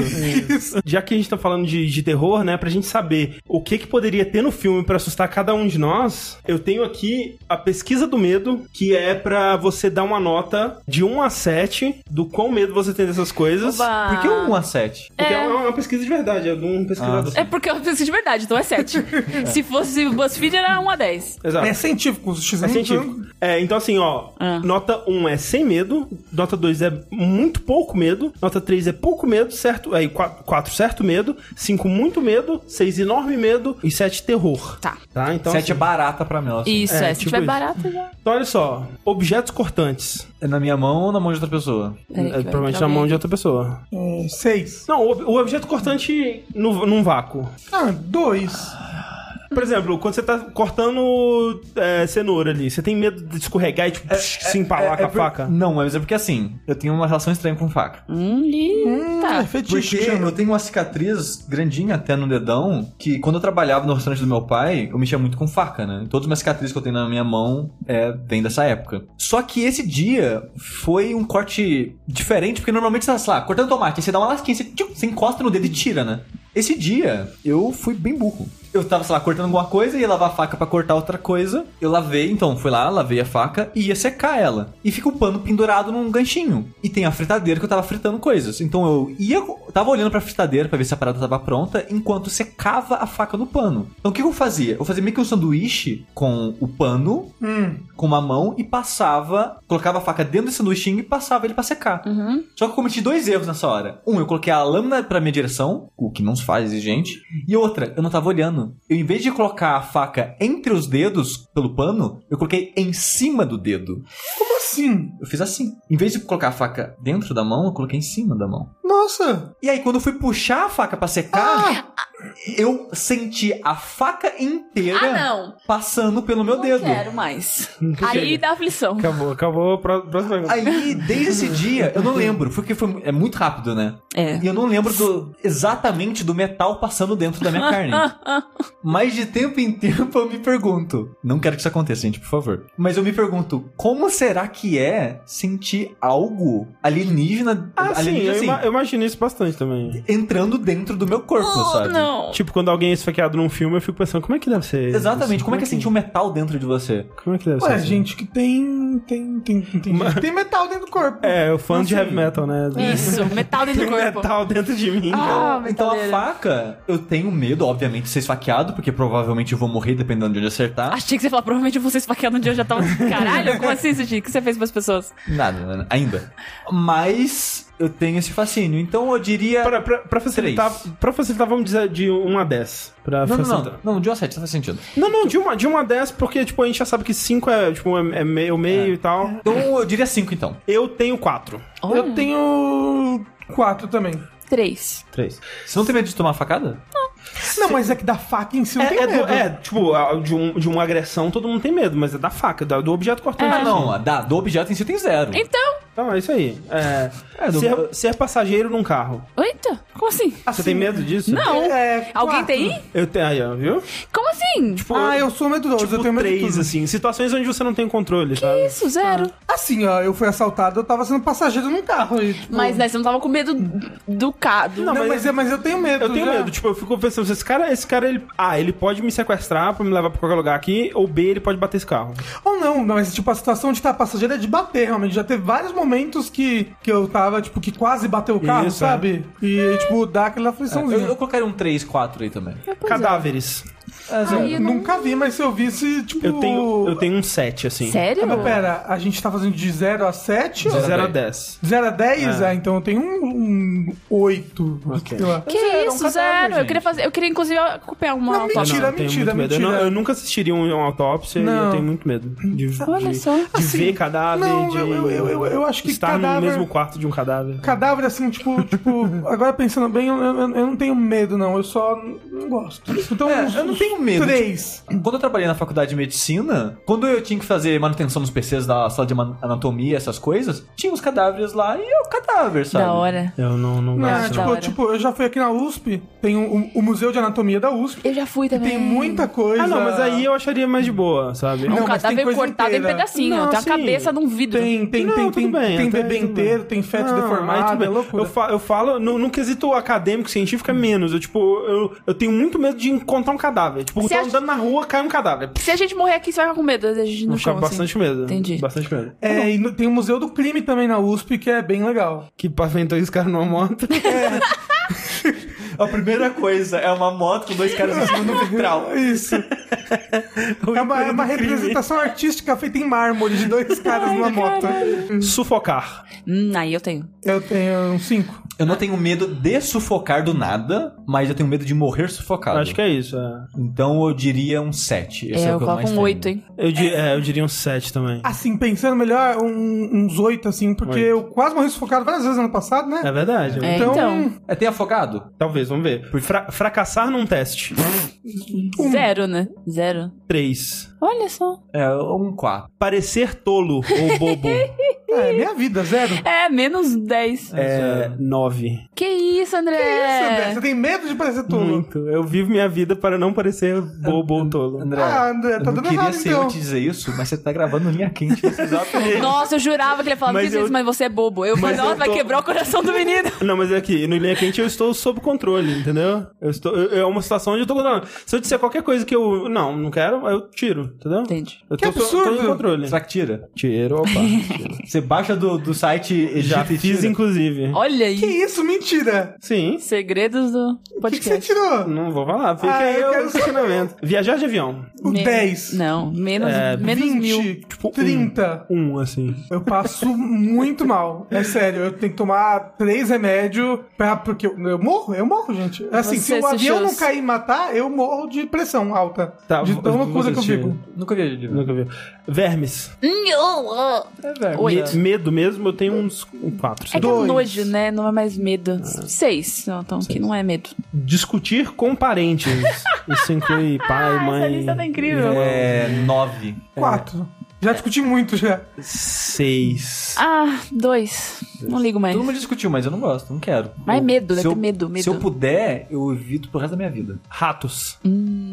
[SPEAKER 2] Já que a gente tá falando de, de terror, né? Pra gente saber o que que poderia ter no filme pra assustar cada um de nós, eu tenho aqui a pesquisa do medo, que é pra você dar uma nota de 1 a 7 do quão medo você tem dessas coisas.
[SPEAKER 1] Oba.
[SPEAKER 4] Por que um a 7?
[SPEAKER 2] Porque é.
[SPEAKER 1] É.
[SPEAKER 2] uma pesquisa de verdade, é de um pesquisador.
[SPEAKER 1] É porque eu preciso de verdade, então é 7. Se fosse BuzzFeed, era 1 a 10.
[SPEAKER 2] Exato.
[SPEAKER 3] É científico, os X
[SPEAKER 2] É científico. É, então assim, ó,
[SPEAKER 1] Uhum. Ah.
[SPEAKER 2] nota 1 é sem medo, nota 2 é muito pouco medo, nota 3 é pouco medo, certo? Aí 4, certo medo, 5, muito medo, 6, enorme medo e 7, terror.
[SPEAKER 1] Tá.
[SPEAKER 2] Tá, então.
[SPEAKER 4] 7 é
[SPEAKER 2] assim,
[SPEAKER 4] barata pra nós.
[SPEAKER 1] Isso,
[SPEAKER 2] É,
[SPEAKER 1] é.
[SPEAKER 2] tipo
[SPEAKER 1] Se tiver
[SPEAKER 2] isso.
[SPEAKER 1] barato, já.
[SPEAKER 2] então, olha só, objetos cortantes.
[SPEAKER 4] É na minha mão ou na mão de outra pessoa?
[SPEAKER 1] Peraí,
[SPEAKER 2] É,
[SPEAKER 1] que vai
[SPEAKER 2] provavelmente
[SPEAKER 1] entrar
[SPEAKER 2] na mão
[SPEAKER 1] alguém.
[SPEAKER 2] de outra pessoa.
[SPEAKER 3] Um, seis.
[SPEAKER 2] Não, o, ob- o objeto cortante no, num vácuo.
[SPEAKER 3] Ah, dois.
[SPEAKER 2] Tá. Por exemplo, quando você tá cortando é, cenoura ali, você tem medo de escorregar e tipo, se empalar com a
[SPEAKER 4] por-
[SPEAKER 2] faca?
[SPEAKER 4] Não, mas é porque assim, eu tenho uma relação estranha com faca.
[SPEAKER 1] Hum, li-
[SPEAKER 3] É
[SPEAKER 1] tá.
[SPEAKER 3] fetiche.
[SPEAKER 4] Porque
[SPEAKER 3] que chama.
[SPEAKER 4] eu tenho uma cicatriz grandinha até no dedão, que quando eu trabalhava no restaurante do meu pai, eu mexia muito com faca, né? Todas as minhas cicatrizes que eu tenho na minha mão é, vem dessa época. Só que esse dia foi um corte diferente, porque normalmente, tá, sei lá, cortando tomate, aí você dá uma lasquinha, você, tchiu, você encosta no dedo e tira, né? Esse dia, eu fui bem burro. Eu tava, sei lá, cortando alguma coisa, ia lavar a faca pra cortar outra coisa. Eu lavei, então fui lá, lavei a faca e ia secar ela. E fica o pano pendurado num ganchinho. E tem a fritadeira que eu tava fritando coisas. Então eu ia, eu tava olhando pra fritadeira pra ver se a parada tava pronta, enquanto secava a faca no pano. Então o que que eu fazia? Eu fazia meio que um sanduíche com o pano,
[SPEAKER 3] Hum.
[SPEAKER 4] com uma mão e passava, colocava a faca dentro do sanduíchinho e passava ele pra secar.
[SPEAKER 1] Uhum.
[SPEAKER 4] Só que eu cometi dois erros nessa hora. Um, eu coloquei a lâmina pra minha direção, o que não se faz, gente. E outra, eu não tava olhando. Eu, em vez de colocar a faca entre os dedos pelo pano, eu coloquei em cima do dedo.
[SPEAKER 3] Como assim?
[SPEAKER 4] Eu fiz assim. Em vez de colocar a faca dentro da mão, eu coloquei em cima da mão.
[SPEAKER 3] Nossa.
[SPEAKER 1] Ah!
[SPEAKER 4] E aí, quando eu fui puxar a faca pra secar, eu senti a faca inteira
[SPEAKER 1] Ah, não.
[SPEAKER 4] passando pelo meu
[SPEAKER 1] não
[SPEAKER 4] dedo.
[SPEAKER 1] quero mais. Aí dá aflição.
[SPEAKER 2] Acabou, acabou. pró- Próxima pergunta.
[SPEAKER 4] Aí, desde esse dia, eu não lembro, porque foi, é muito rápido, né?
[SPEAKER 1] É.
[SPEAKER 4] E eu não lembro do- exatamente do metal passando dentro da minha carne. Mas de tempo em tempo eu me pergunto. Não quero que isso aconteça, gente, por favor. Mas eu me pergunto, como será que é sentir algo alienígena,
[SPEAKER 2] Ah, sim,
[SPEAKER 4] alienígena
[SPEAKER 2] eu,
[SPEAKER 4] assim,
[SPEAKER 2] ima- eu imagino isso bastante também.
[SPEAKER 4] entrando dentro do meu corpo,
[SPEAKER 1] Oh,
[SPEAKER 4] sabe?
[SPEAKER 1] não.
[SPEAKER 2] Tipo, quando alguém é esfaqueado num filme, eu fico pensando, como é que assim, deve ser?
[SPEAKER 4] Exatamente,
[SPEAKER 2] isso?
[SPEAKER 4] como é que é sentir um metal dentro de você?
[SPEAKER 2] Como é que deve ser?
[SPEAKER 3] Ué,
[SPEAKER 2] isso?
[SPEAKER 3] gente que tem. Tem, tem, tem,
[SPEAKER 2] Mas-
[SPEAKER 3] tem metal dentro do corpo.
[SPEAKER 2] É, eu fã de
[SPEAKER 4] Assim,
[SPEAKER 2] heavy metal, né?
[SPEAKER 1] Isso, metal dentro
[SPEAKER 2] Tem
[SPEAKER 1] do corpo.
[SPEAKER 2] metal dentro de mim. cara.
[SPEAKER 1] Ah,
[SPEAKER 4] Então a
[SPEAKER 1] metaleira.
[SPEAKER 4] faca, eu tenho medo, obviamente, de ser esfaqueado, porque provavelmente eu vou morrer dependendo de onde acertar.
[SPEAKER 1] Achei que você ia falar, provavelmente eu vou ser esfaqueado um dia, eu já tava assim, caralho, como assim, Sushi? O que você fez pras pessoas?
[SPEAKER 4] Nada, né? ainda. Mas eu tenho esse fascínio. Então eu diria.
[SPEAKER 2] Pra, pra- pra facilitar,
[SPEAKER 4] Três.
[SPEAKER 2] pra facilitar, vamos dizer de 1 a 10. Pra
[SPEAKER 4] Não, não,
[SPEAKER 2] facilitar.
[SPEAKER 4] não. Não, de 7 não faz sentido.
[SPEAKER 2] Não, não, de uma, de uma a 10, porque, tipo, a gente já sabe que 5 é, tipo, é, é meio, meio e tal.
[SPEAKER 4] Então eu diria 5, então.
[SPEAKER 2] Eu tenho 4.
[SPEAKER 3] Eu tenho. Quatro também.
[SPEAKER 1] Três.
[SPEAKER 2] 3.
[SPEAKER 4] Você não tem medo de tomar facada?
[SPEAKER 3] Não, mas é que da faca em si
[SPEAKER 2] É,
[SPEAKER 3] não tem
[SPEAKER 2] é,
[SPEAKER 3] medo.
[SPEAKER 2] do- é, tipo, a- de, um, de uma agressão todo mundo tem medo, mas é da faca, da- do objeto cortante. assim.
[SPEAKER 4] Ah, não. Da, do objeto em si tem zero.
[SPEAKER 1] É. Então,
[SPEAKER 2] Então, é isso aí. É,
[SPEAKER 4] É, do-
[SPEAKER 2] ser, ser passageiro num carro.
[SPEAKER 1] eita, como assim?
[SPEAKER 2] Você tem medo disso?
[SPEAKER 1] Não.
[SPEAKER 3] É,
[SPEAKER 1] Alguém
[SPEAKER 3] quatro.
[SPEAKER 1] tem aí?
[SPEAKER 2] Eu tenho, aí, ó, viu?
[SPEAKER 1] Como assim?
[SPEAKER 2] Tipo,
[SPEAKER 3] Ah, eu sou medroso, eu tenho medo de
[SPEAKER 2] três,
[SPEAKER 3] tudo.
[SPEAKER 2] assim. Situações onde você não tem controle, sabe?
[SPEAKER 1] Isso, zero.
[SPEAKER 3] Assim, ó, eu fui assaltado, eu tava sendo passageiro num carro. E, tipo,
[SPEAKER 1] Mas, né, você não tava com medo do cado.
[SPEAKER 3] Não,
[SPEAKER 2] Não, mas-
[SPEAKER 3] mas, é- mas eu tenho medo.
[SPEAKER 2] Eu tenho
[SPEAKER 3] já.
[SPEAKER 2] medo, tipo, eu fico pensando, se esse cara, esse cara, ele. Ah, ele pode me sequestrar pra me levar pra qualquer lugar aqui, ou B, ele pode bater esse carro.
[SPEAKER 3] Ou não, mas tipo, a situação de estar passageiro é de bater, realmente. Já teve vários momentos que, que eu tava, tipo, que quase bateu o carro,
[SPEAKER 2] Isso, é.
[SPEAKER 3] sabe? E, tipo, dá aquela
[SPEAKER 4] Eu,
[SPEAKER 3] afliçãozinha.
[SPEAKER 4] eu colocaria um 3, 4 aí também.
[SPEAKER 3] Ah, é.
[SPEAKER 2] Cadáveres.
[SPEAKER 1] Aí eu não-
[SPEAKER 3] Nunca vi, mas se eu visse, tipo.
[SPEAKER 2] Eu tenho, eu tenho um 7, assim.
[SPEAKER 1] Sério?
[SPEAKER 3] Ah, mas pera, a gente tá fazendo de 0 a 7?
[SPEAKER 2] De
[SPEAKER 4] Zero.
[SPEAKER 2] 0 a 10.
[SPEAKER 3] 0 a 10? Ah, então eu tenho um 8.
[SPEAKER 2] Ok.
[SPEAKER 1] Que
[SPEAKER 4] Zero, um
[SPEAKER 1] isso,
[SPEAKER 4] cadáver,
[SPEAKER 1] zero. Eu
[SPEAKER 4] gente.
[SPEAKER 1] queria fazer. Eu queria, inclusive, acompanhar uma
[SPEAKER 3] Não,
[SPEAKER 1] autópsia.
[SPEAKER 3] Mentira,
[SPEAKER 2] eu tenho
[SPEAKER 3] mentira,
[SPEAKER 2] muito medo. Eu,
[SPEAKER 3] mentira.
[SPEAKER 2] não- eu nunca assistiria um, uma autópsia e
[SPEAKER 3] Não. assim,
[SPEAKER 2] eu tenho muito medo de,
[SPEAKER 1] Olha
[SPEAKER 2] de,
[SPEAKER 1] só.
[SPEAKER 2] de ver cadáver,
[SPEAKER 3] não,
[SPEAKER 2] de
[SPEAKER 3] eu- eu- eu- eu- eu acho que
[SPEAKER 2] estar no
[SPEAKER 3] cadáver-
[SPEAKER 2] mesmo quarto de um cadáver.
[SPEAKER 3] Cadáver, assim, tipo, tipo, agora pensando bem, eu, eu- eu não tenho medo, não. Eu só n- não gosto. Então, uns-
[SPEAKER 4] eu não tenho medo, tipo,
[SPEAKER 3] Três.
[SPEAKER 4] Quando eu trabalhei na faculdade de medicina, quando eu tinha que fazer manutenção nos PCs da sala de man- anatomia, essas coisas, tinha os cadáveres lá e é o cadáver, sabe?
[SPEAKER 1] Da hora.
[SPEAKER 2] Eu não, não
[SPEAKER 3] Não,
[SPEAKER 1] Nossa, da
[SPEAKER 2] gosto.
[SPEAKER 3] tipo,
[SPEAKER 1] hora.
[SPEAKER 3] tipo, eu já fui aqui na USP, tem o, o Museu de Anatomia da USP,
[SPEAKER 1] Eu já fui também.
[SPEAKER 3] tem muita coisa.
[SPEAKER 2] Ah, não, mas aí eu acharia mais de boa, sabe?
[SPEAKER 1] Um
[SPEAKER 3] Não, mas tem
[SPEAKER 1] cadáver
[SPEAKER 3] coisa
[SPEAKER 1] cortado
[SPEAKER 3] inteira.
[SPEAKER 1] em pedacinho.
[SPEAKER 2] Não,
[SPEAKER 1] tem a
[SPEAKER 2] assim,
[SPEAKER 1] cabeça num vidro.
[SPEAKER 3] Tem, tem,
[SPEAKER 2] Não,
[SPEAKER 3] tem,
[SPEAKER 2] tudo
[SPEAKER 3] tem,
[SPEAKER 2] bem,
[SPEAKER 3] tem
[SPEAKER 2] até
[SPEAKER 3] bebê
[SPEAKER 2] aí tudo
[SPEAKER 3] inteiro,
[SPEAKER 2] bem.
[SPEAKER 3] tem feto
[SPEAKER 2] Não, ah, aí tudo
[SPEAKER 3] deformado,
[SPEAKER 2] bem.
[SPEAKER 3] é loucura.
[SPEAKER 2] Eu, fa- eu falo, no, no quesito acadêmico, científico, é menos. Eu, tipo, eu, eu tenho muito medo de encontrar um cadáver. Tipo, eu
[SPEAKER 1] Você
[SPEAKER 2] tô
[SPEAKER 1] acha-
[SPEAKER 2] andando na rua, cai um cadáver.
[SPEAKER 1] Se a gente morrer aqui, você vai ficar com medo. A gente
[SPEAKER 2] Vou
[SPEAKER 1] não
[SPEAKER 2] ficar
[SPEAKER 1] chama
[SPEAKER 2] com
[SPEAKER 1] assim.
[SPEAKER 2] bastante medo.
[SPEAKER 1] Entendi.
[SPEAKER 2] Bastante medo.
[SPEAKER 3] É, e no- tem o Museu do Crime também na USP, que é bem legal.
[SPEAKER 2] Que pavimentou esse cara numa moto.
[SPEAKER 4] A primeira coisa é uma moto com dois caras em cima no vitral.
[SPEAKER 3] Isso. é uma, é uma representação artística feita em mármore de dois caras numa moto.
[SPEAKER 2] Sufocar.
[SPEAKER 1] Hum, aí eu tenho.
[SPEAKER 3] Eu tenho uns cinco.
[SPEAKER 4] Eu não tenho medo de sufocar do nada, mas eu tenho medo de morrer sufocado.
[SPEAKER 2] Acho que é isso. é.
[SPEAKER 4] Então eu diria um 7. Esse é,
[SPEAKER 1] é,
[SPEAKER 4] o
[SPEAKER 1] eu
[SPEAKER 4] que eu
[SPEAKER 1] coloco
[SPEAKER 4] mais
[SPEAKER 1] um
[SPEAKER 4] tenho.
[SPEAKER 1] oito, hein?
[SPEAKER 2] Eu, di- é, eu diria um 7 também.
[SPEAKER 1] Ah.
[SPEAKER 3] Assim, pensando melhor, um- uns oito, assim, porque
[SPEAKER 2] Oito.
[SPEAKER 3] eu quase morri sufocado várias vezes ano passado, né?
[SPEAKER 2] É verdade.
[SPEAKER 1] É,
[SPEAKER 2] né?
[SPEAKER 1] então.
[SPEAKER 4] É, tem afogado?
[SPEAKER 2] Talvez, vamos ver. Fra- fracassar num teste.
[SPEAKER 3] Um.
[SPEAKER 1] Zero, né? Zero.
[SPEAKER 2] 3.
[SPEAKER 1] Olha só.
[SPEAKER 4] É, um 4.
[SPEAKER 2] Parecer tolo ou bobo.
[SPEAKER 3] Ah, é minha vida, zero.
[SPEAKER 1] É, menos 10.
[SPEAKER 2] é 9.
[SPEAKER 1] Que isso, André?
[SPEAKER 3] Isso, André, você tem medo de parecer tolo?
[SPEAKER 2] Muito. Eu vivo minha vida para não parecer bobo ou tolo.
[SPEAKER 4] André,
[SPEAKER 3] Ah, André,
[SPEAKER 4] eu
[SPEAKER 3] tá
[SPEAKER 4] não
[SPEAKER 3] dando
[SPEAKER 4] queria
[SPEAKER 3] errado,
[SPEAKER 4] ser
[SPEAKER 3] então.
[SPEAKER 4] eu te dizer isso, mas você tá gravando linha quente nesse exato momento.
[SPEAKER 1] Nossa, eu jurava que ele ia falar, mas,
[SPEAKER 2] Mas eu-
[SPEAKER 1] mas você é bobo. Eu falei,
[SPEAKER 2] Mas eu
[SPEAKER 1] nossa, vai
[SPEAKER 2] tô-
[SPEAKER 1] quebrar o coração do menino.
[SPEAKER 2] Não, mas é aqui, no Linha Quente eu estou sob controle, entendeu? Eu estou, eu- é uma situação onde eu estou controlando. Se eu disser qualquer coisa que eu não, não quero, eu tiro, entendeu?
[SPEAKER 1] Entendi.
[SPEAKER 2] Eu
[SPEAKER 3] Que
[SPEAKER 2] tô, tô-
[SPEAKER 3] absurdo!
[SPEAKER 2] tô em controle.
[SPEAKER 4] Será que tira?
[SPEAKER 2] Tiro, opa.
[SPEAKER 4] Você baixa do, do site
[SPEAKER 3] é
[SPEAKER 4] Egito
[SPEAKER 2] Já
[SPEAKER 4] e
[SPEAKER 2] fiz,
[SPEAKER 4] tira.
[SPEAKER 3] né?
[SPEAKER 2] inclusive.
[SPEAKER 1] Olha aí.
[SPEAKER 3] Que isso, mentira.
[SPEAKER 2] Sim.
[SPEAKER 1] Segredos do
[SPEAKER 3] O que, que você
[SPEAKER 1] podcast.
[SPEAKER 3] tirou?
[SPEAKER 2] Não vou falar, fica
[SPEAKER 3] Ah,
[SPEAKER 2] aí
[SPEAKER 3] eu
[SPEAKER 2] o
[SPEAKER 3] quero
[SPEAKER 2] questionamento. Viajar de avião.
[SPEAKER 3] O
[SPEAKER 1] Me-
[SPEAKER 3] 10.
[SPEAKER 1] Não, menos,
[SPEAKER 2] É,
[SPEAKER 1] menos
[SPEAKER 3] 20,
[SPEAKER 1] mil.
[SPEAKER 2] Tipo, um.
[SPEAKER 3] 30.
[SPEAKER 2] Um, assim.
[SPEAKER 3] Eu passo muito mal. É sério, eu tenho que tomar três remédios pra, porque eu, eu morro, eu morro, gente. Assim,
[SPEAKER 1] Você
[SPEAKER 3] se o avião
[SPEAKER 1] assistiu-
[SPEAKER 3] não cair e matar, eu morro de pressão alta.
[SPEAKER 2] Tá,
[SPEAKER 3] de
[SPEAKER 2] vo-
[SPEAKER 3] tão loucura que eu
[SPEAKER 2] você
[SPEAKER 3] fico.
[SPEAKER 2] assistiu.
[SPEAKER 4] Nunca vi Egito.
[SPEAKER 1] É
[SPEAKER 2] Nunca vi. Vermes.
[SPEAKER 1] Hum, oh, oh.
[SPEAKER 4] É, velho.
[SPEAKER 1] Oito.
[SPEAKER 2] Medo mesmo, eu tenho uns quatro.
[SPEAKER 1] É que é
[SPEAKER 3] Dois.
[SPEAKER 1] nojo, né? Não é mais medo. Seis, então, que não é medo.
[SPEAKER 2] Discutir com parentes. Isso inclui pai,
[SPEAKER 1] Ah,
[SPEAKER 2] mãe. né?
[SPEAKER 1] essa lista tá incrível.
[SPEAKER 4] É, nove.
[SPEAKER 3] Quatro.
[SPEAKER 2] É.
[SPEAKER 3] Já discuti muito já.
[SPEAKER 2] Seis.
[SPEAKER 1] Ah, dois. Não ligo mais.
[SPEAKER 4] Todo mundo discutiu, mas eu não gosto, não quero.
[SPEAKER 1] É. Mas é
[SPEAKER 4] Eu-
[SPEAKER 1] medo, né?
[SPEAKER 4] se eu-
[SPEAKER 1] Tem medo, medo.
[SPEAKER 4] Se eu puder, eu evito pro resto da minha vida.
[SPEAKER 2] Ratos.
[SPEAKER 1] Um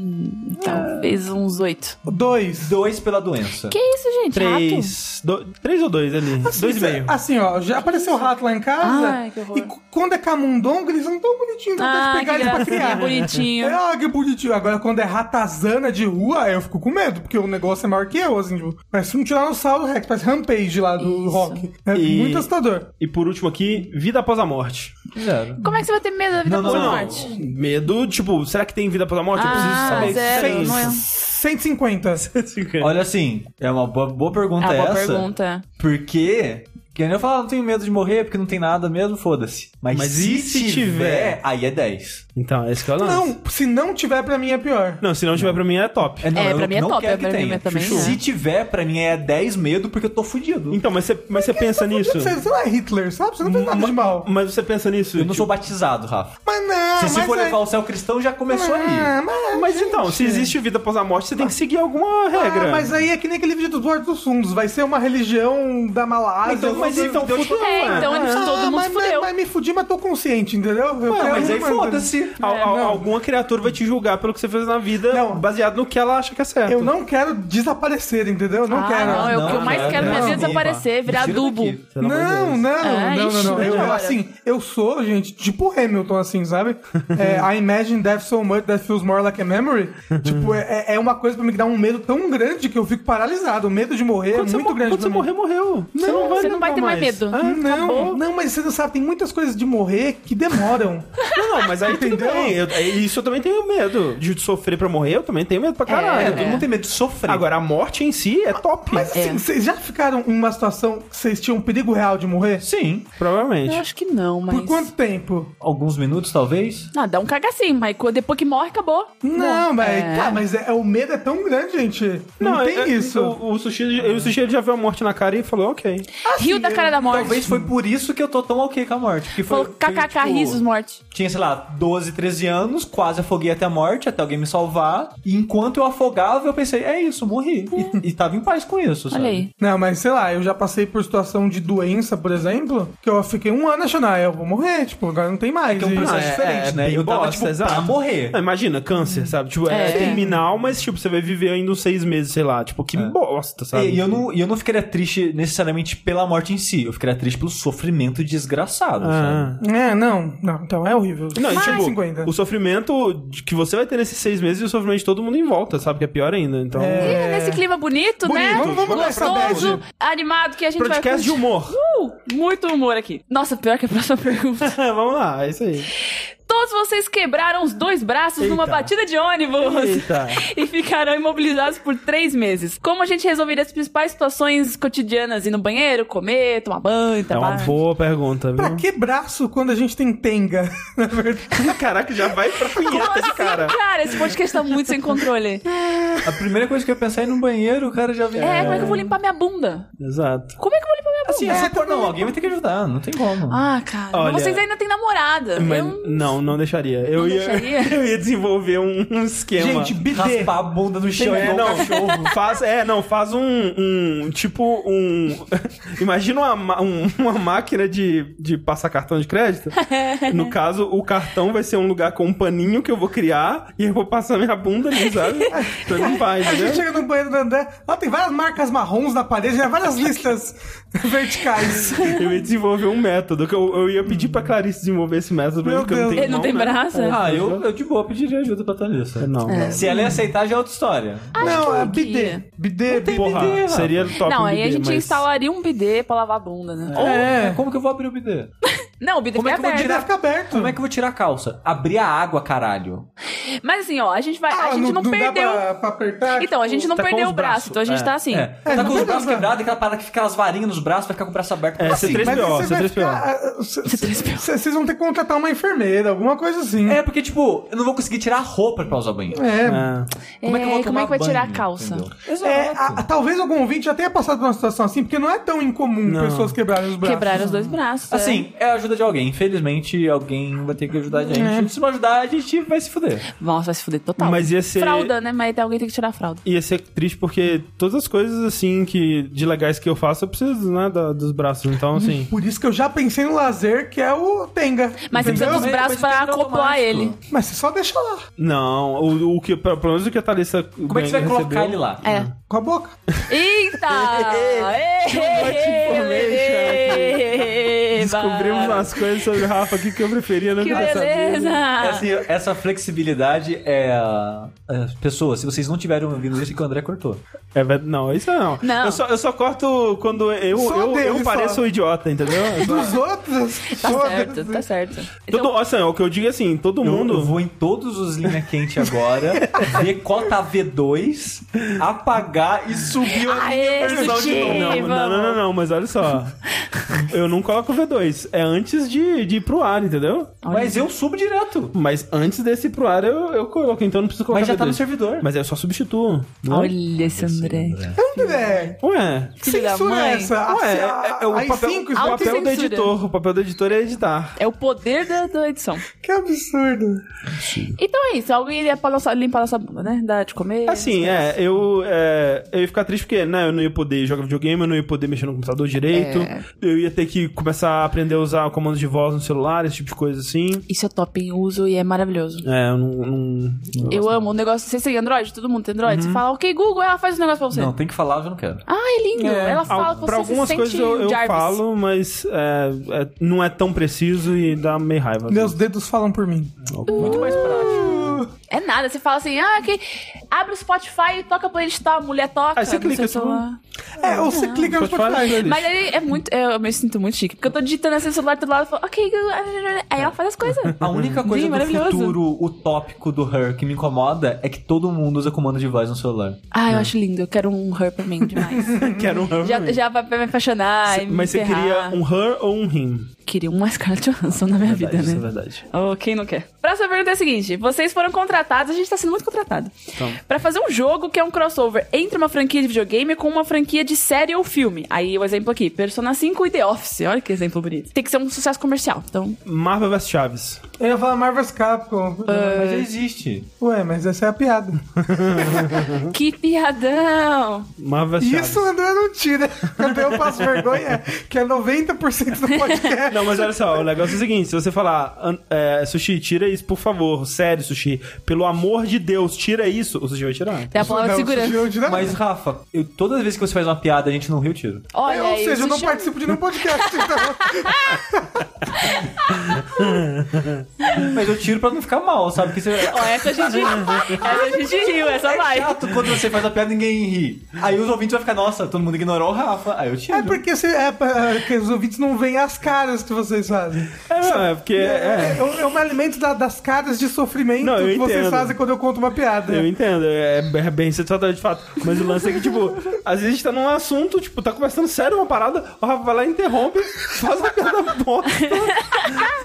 [SPEAKER 1] Talvez uns oito.
[SPEAKER 3] Dois.
[SPEAKER 4] Dois pela doença.
[SPEAKER 1] Que isso, gente? Rato? é-
[SPEAKER 2] Três. do- três ou dois ali? dois e
[SPEAKER 3] Assim,
[SPEAKER 2] meio.
[SPEAKER 3] Assim, ó, já apareceu rato lá em casa.
[SPEAKER 1] Ah, Ai, que horror.
[SPEAKER 3] e c- quando é camundongo, eles são tão bonitinhos que dá
[SPEAKER 1] Ah,
[SPEAKER 3] de
[SPEAKER 1] que
[SPEAKER 3] pegar eles pra
[SPEAKER 1] gracinha,
[SPEAKER 3] criar.
[SPEAKER 1] bonitinho.
[SPEAKER 3] É, ah, que bonitinho. Agora, quando é ratazana de rua, aí eu fico com medo, porque o negócio é maior que eu, assim, tipo, parece um Tiranossauro Rex, parece Rampage lá do
[SPEAKER 1] Isso.
[SPEAKER 3] rock. É
[SPEAKER 2] E-
[SPEAKER 3] muito assustador.
[SPEAKER 2] E por último aqui, vida após a morte.
[SPEAKER 4] Zero.
[SPEAKER 1] Como é que você vai ter medo da vida
[SPEAKER 4] Não, não,
[SPEAKER 1] após a
[SPEAKER 4] não.
[SPEAKER 1] morte?
[SPEAKER 2] Medo, tipo, será que tem vida após a morte? eu preciso
[SPEAKER 1] Ah,
[SPEAKER 2] saber.
[SPEAKER 1] zero,
[SPEAKER 2] Seis.
[SPEAKER 1] não é.
[SPEAKER 3] 150.
[SPEAKER 4] Olha assim, é uma boa, boa pergunta
[SPEAKER 1] Ah, boa
[SPEAKER 4] essa.
[SPEAKER 1] pergunta.
[SPEAKER 4] Porque. Que nem eu falo, não tenho medo de morrer porque não tem nada mesmo, foda-se. Mas,
[SPEAKER 2] Mas
[SPEAKER 4] se,
[SPEAKER 2] e se tiver?
[SPEAKER 4] tiver, aí é 10.
[SPEAKER 2] Então, esse que é o lance.
[SPEAKER 3] Não, se não tiver, pra mim é pior.
[SPEAKER 2] Não, se não tiver pra mim é top.
[SPEAKER 4] não,
[SPEAKER 1] É,
[SPEAKER 4] eu
[SPEAKER 1] pra mim é
[SPEAKER 4] não
[SPEAKER 1] top,
[SPEAKER 4] quero
[SPEAKER 1] é,
[SPEAKER 4] que
[SPEAKER 1] pra mim
[SPEAKER 4] tenha.
[SPEAKER 1] é também,
[SPEAKER 4] Se
[SPEAKER 1] é.
[SPEAKER 4] tiver, pra mim é 10 medo porque eu tô fudido.
[SPEAKER 2] Então, mas você, mas você pensa nisso?
[SPEAKER 3] Você, você não é Hitler, sabe? Você não fez nada de mal.
[SPEAKER 2] Mas você pensa nisso?
[SPEAKER 4] eu não
[SPEAKER 2] tipo,
[SPEAKER 4] sou batizado, Rafa.
[SPEAKER 3] Mas não,
[SPEAKER 4] se, se
[SPEAKER 3] mas
[SPEAKER 4] for
[SPEAKER 3] aí-
[SPEAKER 1] é-
[SPEAKER 4] levar o céu cristão, já começou
[SPEAKER 3] Ah,
[SPEAKER 4] ali.
[SPEAKER 3] mas,
[SPEAKER 2] Mas então, se existe vida após a morte, você tem que seguir alguma regra.
[SPEAKER 3] Ah, mas aí é que nem aquele vídeo do Duarte dos Fundos. Vai ser uma religião da Malásia.
[SPEAKER 2] Então, mas
[SPEAKER 3] alguma
[SPEAKER 2] então,
[SPEAKER 3] coisa-
[SPEAKER 2] fudeu,
[SPEAKER 1] É,
[SPEAKER 2] né?
[SPEAKER 1] então
[SPEAKER 3] Ah,
[SPEAKER 1] todo mundo
[SPEAKER 3] mas,
[SPEAKER 1] fudeu.
[SPEAKER 3] Mas, mas me fudi, mas tô consciente, entendeu? Eu
[SPEAKER 4] Ah,
[SPEAKER 3] quero
[SPEAKER 4] mas aí
[SPEAKER 3] uma-
[SPEAKER 4] foda-se.
[SPEAKER 2] Al- al-
[SPEAKER 3] é, não.
[SPEAKER 2] Alguma criatura vai te julgar pelo que você fez na vida,
[SPEAKER 3] Não.
[SPEAKER 2] baseado no que ela acha que é certo.
[SPEAKER 3] Eu não quero desaparecer, entendeu? Eu não
[SPEAKER 1] ah,
[SPEAKER 3] quero.
[SPEAKER 1] não, é o que eu
[SPEAKER 4] Não,
[SPEAKER 1] mais
[SPEAKER 4] não,
[SPEAKER 1] quero na minha
[SPEAKER 3] não.
[SPEAKER 1] vida é desaparecer, virar
[SPEAKER 4] Tira
[SPEAKER 1] adubo.
[SPEAKER 4] daqui.
[SPEAKER 2] Pelo amor de Deus.
[SPEAKER 3] Não, não,
[SPEAKER 1] Ah,
[SPEAKER 3] não, não,
[SPEAKER 1] ixi,
[SPEAKER 3] não. Eu,
[SPEAKER 1] melhora.
[SPEAKER 3] assim, eu sou, gente, tipo Hamilton, assim, sabe? É, I imagine death so much that feels more like a memory. tipo, é, é uma coisa pra mim que dá um medo tão grande que eu fico paralisado. O medo de morrer
[SPEAKER 2] Quando
[SPEAKER 3] é
[SPEAKER 2] você,
[SPEAKER 3] muito
[SPEAKER 2] mo-
[SPEAKER 3] grande.
[SPEAKER 2] quando você
[SPEAKER 3] pra mim.
[SPEAKER 2] morrer, morreu. você não vai,
[SPEAKER 1] você não vai ter mais medo.
[SPEAKER 2] Ah,
[SPEAKER 3] Não,
[SPEAKER 1] Acabou.
[SPEAKER 3] não, mas você não sabe, tem muitas coisas de morrer que demoram.
[SPEAKER 2] Não, não, mas aí tudo
[SPEAKER 3] Entendeu?
[SPEAKER 2] bem. Eu, é, isso eu também tenho medo. De sofrer pra morrer, eu também tenho medo pra
[SPEAKER 4] É,
[SPEAKER 2] caralho.
[SPEAKER 4] todo mundo tem medo de sofrer.
[SPEAKER 2] Agora, a morte em si é top.
[SPEAKER 3] Mas assim,
[SPEAKER 1] É.
[SPEAKER 3] vocês já ficaram em uma situação que vocês tinham um perigo real de morrer?
[SPEAKER 4] sim.
[SPEAKER 2] Provavelmente.
[SPEAKER 1] Eu acho que não, mas.
[SPEAKER 3] Por quanto tempo?
[SPEAKER 4] Alguns minutos, talvez.
[SPEAKER 1] Ah, dá um cagacinho, mas quando- depois que morre, acabou.
[SPEAKER 3] Não, mas,
[SPEAKER 1] É.
[SPEAKER 3] tá, mas é, é- o medo é tão grande, gente. Não, tem
[SPEAKER 2] é- é-
[SPEAKER 3] isso.
[SPEAKER 2] O, o sushi, ele- o sushi ele já viu a morte na cara e falou, ok.
[SPEAKER 1] Rio da cara É da morte.
[SPEAKER 4] Talvez foi por isso que eu tô tão ok com a morte. Porque foi,
[SPEAKER 1] Falou
[SPEAKER 4] foi,
[SPEAKER 1] kkk,
[SPEAKER 4] tipo,
[SPEAKER 1] risos, morte.
[SPEAKER 4] Tinha, sei lá, 12, 13 anos, quase afoguei até a morte, até alguém me salvar. E enquanto eu afogava, eu pensei, é isso, morri. E, e tava em paz com isso, sabe?
[SPEAKER 1] Uhum. Olha aí.
[SPEAKER 3] Não, mas sei lá, eu já passei por situação de doença, por exemplo, que eu fiquei um ano achando, ah, eu vou morrer, tipo, agora não tem mais.
[SPEAKER 4] Que é um
[SPEAKER 3] E-
[SPEAKER 4] processo
[SPEAKER 2] é,
[SPEAKER 4] diferente,
[SPEAKER 2] é
[SPEAKER 4] né?
[SPEAKER 2] bem
[SPEAKER 4] Eu tava,
[SPEAKER 2] bosta,
[SPEAKER 4] tipo, pra
[SPEAKER 2] exato.
[SPEAKER 4] morrer.
[SPEAKER 2] Ah, imagina, câncer, sabe? Tipo, é,
[SPEAKER 1] É.
[SPEAKER 2] terminal, mas tipo, você vai viver ainda uns seis meses, sei lá. Tipo, que bosta, sabe?
[SPEAKER 4] E e eu, não, e eu não ficaria triste necessariamente pela morte em si, eu ficaria triste pelo sofrimento desgraçado,
[SPEAKER 2] Ah.
[SPEAKER 4] sabe?
[SPEAKER 3] É, não, não, então é horrível.
[SPEAKER 2] Não, e,
[SPEAKER 3] Mas-
[SPEAKER 2] tipo,
[SPEAKER 3] 50.
[SPEAKER 2] o sofrimento de- que você vai ter nesses seis meses e o sofrimento de todo mundo em volta, sabe? Que é pior ainda. Então.
[SPEAKER 1] Ih, Nesse clima bonito, né?
[SPEAKER 3] Bonito, vamos- vamos começar
[SPEAKER 1] Gostoso, animado que a gente vai.
[SPEAKER 2] Podcast de humor.
[SPEAKER 1] Uh, muito humor aqui. Nossa, pior que a próxima pergunta.
[SPEAKER 2] Vamos lá, é isso aí.
[SPEAKER 1] Todos vocês quebraram os dois braços numa
[SPEAKER 2] Eita.
[SPEAKER 1] batida de ônibus.
[SPEAKER 2] Eita.
[SPEAKER 1] e ficarão imobilizados por três meses. Como a gente resolveria as principais situações cotidianas? Ir no banheiro, comer, tomar banho,
[SPEAKER 2] É uma
[SPEAKER 1] trabalhar.
[SPEAKER 2] boa pergunta,
[SPEAKER 3] Pra
[SPEAKER 2] viu?
[SPEAKER 3] que braço quando a gente tem tenga? Na verdade.
[SPEAKER 2] Caraca, já vai pra punheta de cara.
[SPEAKER 1] Cara, esse podcast tá muito sem controle.
[SPEAKER 4] A primeira coisa que eu ia pensar é ir no banheiro, o cara já vem.
[SPEAKER 1] É, como é que eu vou limpar minha bunda?
[SPEAKER 2] Exato.
[SPEAKER 1] Como é que eu vou limpar minha bunda?
[SPEAKER 4] Assim, se for não, alguém vai ter que ajudar, não tem como.
[SPEAKER 1] Ah, cara. mas
[SPEAKER 2] Olha-
[SPEAKER 1] vocês ainda têm namorada.
[SPEAKER 2] Mas
[SPEAKER 1] Eu...
[SPEAKER 2] não, não deixaria. Eu,
[SPEAKER 1] Não
[SPEAKER 2] ia,
[SPEAKER 1] deixaria?
[SPEAKER 2] eu ia desenvolver um, um esquema.
[SPEAKER 3] Gente, bidê.
[SPEAKER 4] Raspar a bunda no chão
[SPEAKER 2] é,
[SPEAKER 4] igual
[SPEAKER 2] não,
[SPEAKER 4] um cachorro.
[SPEAKER 2] faz, é, não, faz um, um- tipo um, imagina uma, ma- um- uma máquina de, de passar cartão de crédito, no caso, o cartão vai ser um lugar com um paninho que eu vou criar, e eu vou passar minha bunda ali, sabe, pra limpar,
[SPEAKER 3] A gente
[SPEAKER 2] entendeu?
[SPEAKER 3] chega no banheiro do André, lá tem várias marcas marrons na parede, né? várias listas verticais.
[SPEAKER 2] Eu ia desenvolver um método, que eu, eu ia pedir pra Clarice desenvolver esse método,
[SPEAKER 3] Meu
[SPEAKER 2] porque eu não
[SPEAKER 3] Deus.
[SPEAKER 2] tenho
[SPEAKER 1] Ele não
[SPEAKER 2] mão,
[SPEAKER 1] tem
[SPEAKER 2] né?
[SPEAKER 1] braço?
[SPEAKER 4] Ah, eu, eu de boa pediria ajuda pra Thalissa.
[SPEAKER 2] Não,
[SPEAKER 4] Se ela ia aceitar, já é outra história.
[SPEAKER 1] Ah.
[SPEAKER 3] não, é
[SPEAKER 1] que-
[SPEAKER 3] bidê. Bidê, bidê.
[SPEAKER 2] porra,
[SPEAKER 4] bidê, rapaz.
[SPEAKER 2] seria top
[SPEAKER 1] não,
[SPEAKER 2] um
[SPEAKER 1] aí a
[SPEAKER 2] bidê,
[SPEAKER 1] gente
[SPEAKER 2] mas-
[SPEAKER 1] instalaria um bidê pra lavar a bunda, né?
[SPEAKER 4] Ou,
[SPEAKER 3] É.
[SPEAKER 4] Como que eu vou abrir o bidê?
[SPEAKER 1] Não, o bidê
[SPEAKER 4] Como é
[SPEAKER 1] fica
[SPEAKER 4] que eu vou
[SPEAKER 1] aberto.
[SPEAKER 3] Bidê fica aberto.
[SPEAKER 4] Como é que eu vou tirar a calça? Abrir a água, caralho.
[SPEAKER 1] Mas assim, ó, a gente vai. a
[SPEAKER 3] Ah,
[SPEAKER 1] gente não, perdeu.
[SPEAKER 3] dá pra, pra apertar?
[SPEAKER 1] Então, a gente não
[SPEAKER 2] Tá com
[SPEAKER 1] perdeu
[SPEAKER 2] os
[SPEAKER 1] o braço,
[SPEAKER 2] braços,
[SPEAKER 1] então a gente
[SPEAKER 2] é.
[SPEAKER 1] tá assim.
[SPEAKER 4] É, tá com os
[SPEAKER 3] mas-
[SPEAKER 4] braços quebrados, aquela parada que fica as varinhas nos braços, vai ficar com o braço aberto.
[SPEAKER 2] É,
[SPEAKER 4] Assim,
[SPEAKER 2] C3PO,
[SPEAKER 3] Mas aí você vai
[SPEAKER 2] C3PO.
[SPEAKER 3] ficar- ah, c-
[SPEAKER 1] C3PO.
[SPEAKER 3] c- Vocês vão ter que contratar uma enfermeira, alguma coisa assim.
[SPEAKER 4] É, porque, tipo, eu não vou conseguir tirar a roupa pra usar banheiro.
[SPEAKER 3] É,
[SPEAKER 2] ah.
[SPEAKER 4] Como é que eu vou tomar
[SPEAKER 1] vai tirar a
[SPEAKER 4] banho,
[SPEAKER 1] calça?
[SPEAKER 4] entendeu?
[SPEAKER 3] É, a- a- talvez algum ouvinte já tenha passado por uma situação assim, porque não é tão incomum
[SPEAKER 2] Não.
[SPEAKER 3] pessoas quebrarem os braços.
[SPEAKER 1] Quebraram os dois braços. é.
[SPEAKER 4] Assim, é a ajuda de alguém. Infelizmente, alguém vai ter que ajudar a gente. Se não ajudar, a gente vai se fuder.
[SPEAKER 1] Nossa, vai se fuder total.
[SPEAKER 2] Mas ia ser-
[SPEAKER 1] Fralda, né? Mas alguém tem que tirar a fralda.
[SPEAKER 2] Ia ser triste porque todas as coisas, assim, que de legais que eu faço, eu preciso, né, da- dos braços. Então, assim...
[SPEAKER 3] Por isso que eu já pensei no lazer, que é o Tenga.
[SPEAKER 1] Mas você precisa
[SPEAKER 3] entendeu?
[SPEAKER 1] dos
[SPEAKER 2] é,
[SPEAKER 4] Mas
[SPEAKER 1] braços
[SPEAKER 4] depois
[SPEAKER 1] pra
[SPEAKER 4] fica
[SPEAKER 1] acoplar
[SPEAKER 4] automático.
[SPEAKER 1] ele.
[SPEAKER 3] Mas você só deixa lá,
[SPEAKER 2] Não, o, o que, pelo menos o que a Thalissa
[SPEAKER 4] Como é que você
[SPEAKER 2] né,
[SPEAKER 4] vai colocar ele lá?
[SPEAKER 1] É.
[SPEAKER 2] Ah.
[SPEAKER 3] com a boca.
[SPEAKER 1] Eita!
[SPEAKER 2] um
[SPEAKER 1] Eba!
[SPEAKER 2] Descobrimos umas coisas sobre o Rafa aqui que eu preferia não
[SPEAKER 1] Que beleza!
[SPEAKER 4] É assim, essa flexibilidade é. é, Pessoas, se vocês não tiverem ouvindo isso, é que o André cortou.
[SPEAKER 2] É, ver- não, isso não.
[SPEAKER 1] Não.
[SPEAKER 2] Eu, só, eu só corto quando eu,
[SPEAKER 3] Só
[SPEAKER 2] eu,
[SPEAKER 3] dele
[SPEAKER 2] eu pareço
[SPEAKER 3] só.
[SPEAKER 2] um idiota, entendeu? Eu
[SPEAKER 4] Então-
[SPEAKER 2] só-
[SPEAKER 3] Dos outros,
[SPEAKER 1] Tá
[SPEAKER 3] foda-se.
[SPEAKER 1] certo, tá certo.
[SPEAKER 2] Todo, assim, o que eu digo é assim, todo
[SPEAKER 4] Eu
[SPEAKER 2] mundo...
[SPEAKER 4] vou em todos os linha quente agora, ver cota V2, apagar e subir o
[SPEAKER 1] Aê,
[SPEAKER 4] personal de
[SPEAKER 1] Sushi!
[SPEAKER 4] novo.
[SPEAKER 2] Não,
[SPEAKER 1] Vamos.
[SPEAKER 2] não, não, não, não, mas olha só. Eu não coloco o V2. É antes de, de ir pro ar, entendeu?
[SPEAKER 4] Mas eu subo direto.
[SPEAKER 2] Mas antes desse ir pro ar eu, eu coloco, então não preciso colocar
[SPEAKER 4] Mas já
[SPEAKER 2] V2.
[SPEAKER 4] tá no servidor.
[SPEAKER 2] Mas eu só substituo. Não? é?
[SPEAKER 1] Olha esse André.
[SPEAKER 3] André,
[SPEAKER 2] Ué.
[SPEAKER 3] que
[SPEAKER 1] Filho da
[SPEAKER 3] censura
[SPEAKER 1] mãe.
[SPEAKER 3] é essa? A-
[SPEAKER 2] Ué, é,
[SPEAKER 3] a-
[SPEAKER 2] é o
[SPEAKER 3] as
[SPEAKER 2] papel,
[SPEAKER 3] cinco,
[SPEAKER 2] o
[SPEAKER 3] isso é
[SPEAKER 1] Auto-
[SPEAKER 2] papel do
[SPEAKER 1] autocensura.
[SPEAKER 2] editor. O papel do editor é editar.
[SPEAKER 1] É o poder da, da edição.
[SPEAKER 3] Que absurdo.
[SPEAKER 1] Então é isso, alguém ia pra nossa- limpar a nossa bunda, né? Dar de comer.
[SPEAKER 2] Assim, é, eu, é, eu ia ficar triste porque, né, eu não ia poder jogar videogame, eu não ia poder mexer no computador direito,
[SPEAKER 1] É.
[SPEAKER 2] eu ia ter que começar a aprender a usar comandos de voz no celular, esse tipo de coisa assim.
[SPEAKER 1] Isso é top em uso e é maravilhoso.
[SPEAKER 2] É, eu não. não- Uhum.
[SPEAKER 1] Eu amo o negócio. Vocês têm Android? Todo mundo tem Android? Você fala, ok, Google, ela faz o negócio pra você.
[SPEAKER 4] Não, tem que falar, eu já não quero.
[SPEAKER 1] Ah, é lindo. Ela fala
[SPEAKER 2] Al-
[SPEAKER 1] que você
[SPEAKER 2] pra algumas
[SPEAKER 1] se sente
[SPEAKER 2] coisas eu, eu
[SPEAKER 1] Jarvis.
[SPEAKER 2] falo, mas é, é, não é tão preciso e dá meio raiva.
[SPEAKER 3] Meus dedos falam por mim.
[SPEAKER 4] Muito mais prático.
[SPEAKER 1] É nada, você fala assim, ah, ok. Abre o Spotify e toca playlist tal, a mulher toca.
[SPEAKER 2] Aí você
[SPEAKER 1] no
[SPEAKER 2] clica,
[SPEAKER 1] seu
[SPEAKER 2] você
[SPEAKER 1] celular.
[SPEAKER 3] É, ou você clica no Spotify.
[SPEAKER 1] Mas aí é muito. Eu, eu me sinto muito chique, porque eu tô digitando assim no celular do lado e falo, ok, Google, ah, ah, ah", aí
[SPEAKER 2] É.
[SPEAKER 1] ela faz as coisas.
[SPEAKER 4] A única
[SPEAKER 1] Sim,
[SPEAKER 4] coisa do
[SPEAKER 1] maravilhoso.
[SPEAKER 4] futuro utópico do Her que me incomoda é que todo mundo usa comando de voz no celular.
[SPEAKER 1] Ah, eu acho lindo, eu quero um her pra mim demais.
[SPEAKER 2] Quero um her.
[SPEAKER 1] é já, é já pra pra me apaixonar. e me
[SPEAKER 2] mas você
[SPEAKER 1] ferrar.
[SPEAKER 2] queria um her ou um him?
[SPEAKER 1] Queria uma Scarlett Johansson na minha vida,
[SPEAKER 2] Isso é
[SPEAKER 1] né?
[SPEAKER 2] verdade.
[SPEAKER 1] Oh, quem não quer? Próxima pergunta é a seguinte: vocês foram contratados, a gente tá sendo muito contratado, pra fazer um jogo que é um crossover entre uma franquia de videogame com uma franquia de série ou filme. Aí o exemplo aqui: Persona 5 e The Office. Olha que exemplo bonito. Tem que ser um sucesso comercial. Então,
[SPEAKER 2] Marvel vs Chaves.
[SPEAKER 3] Eu ia falar Marvel's Capcom.
[SPEAKER 4] Mas já existe.
[SPEAKER 3] Ué, mas essa é a piada.
[SPEAKER 1] que piadão!
[SPEAKER 2] Marvel vs Chaves.
[SPEAKER 3] Isso o André não tira. Quando eu passo vergonha, que é 90% do podcast.
[SPEAKER 2] Não, mas olha só, o negócio é o seguinte: se você falar, "An- é, Sushi, tira isso, por favor, sério, Sushi, pelo amor de Deus, tira isso, o Sushi vai tirar.
[SPEAKER 3] é
[SPEAKER 1] Tem a palavra de
[SPEAKER 3] Não,
[SPEAKER 1] segurança.
[SPEAKER 3] não tira
[SPEAKER 4] Mas, Rafa, eu, todas as vezes que você faz uma piada, a gente não riu, tiro.
[SPEAKER 1] Olha,
[SPEAKER 3] Ou
[SPEAKER 1] aí,
[SPEAKER 3] seja, eu não
[SPEAKER 1] existe um-
[SPEAKER 3] participo de nenhum podcast. então.
[SPEAKER 4] Mas eu tiro pra não ficar mal, sabe? Porque você...
[SPEAKER 1] Ó, essa a gente, essa a gente riu, essa
[SPEAKER 4] É
[SPEAKER 1] vai.
[SPEAKER 4] chato quando você faz a piada e ninguém ri. Aí os ouvintes vão ficar, nossa, todo mundo ignorou o Rafa. Aí eu tiro.
[SPEAKER 3] É porque, se, é, pra- que os ouvintes não veem as caras que vocês fazem.
[SPEAKER 2] É, não, é porque. é,
[SPEAKER 3] Eu, eu me alimento da- das caras de sofrimento
[SPEAKER 2] Não, eu
[SPEAKER 3] que vocês
[SPEAKER 2] entendo.
[SPEAKER 3] fazem quando eu conto uma piada.
[SPEAKER 2] Eu entendo, é, é bem satisfatório de fato. Mas o lance é que, tipo, às vezes a gente tá num assunto, tipo, tá conversando sério uma parada, o Rafa vai lá e interrompe, faz uma piada bosta.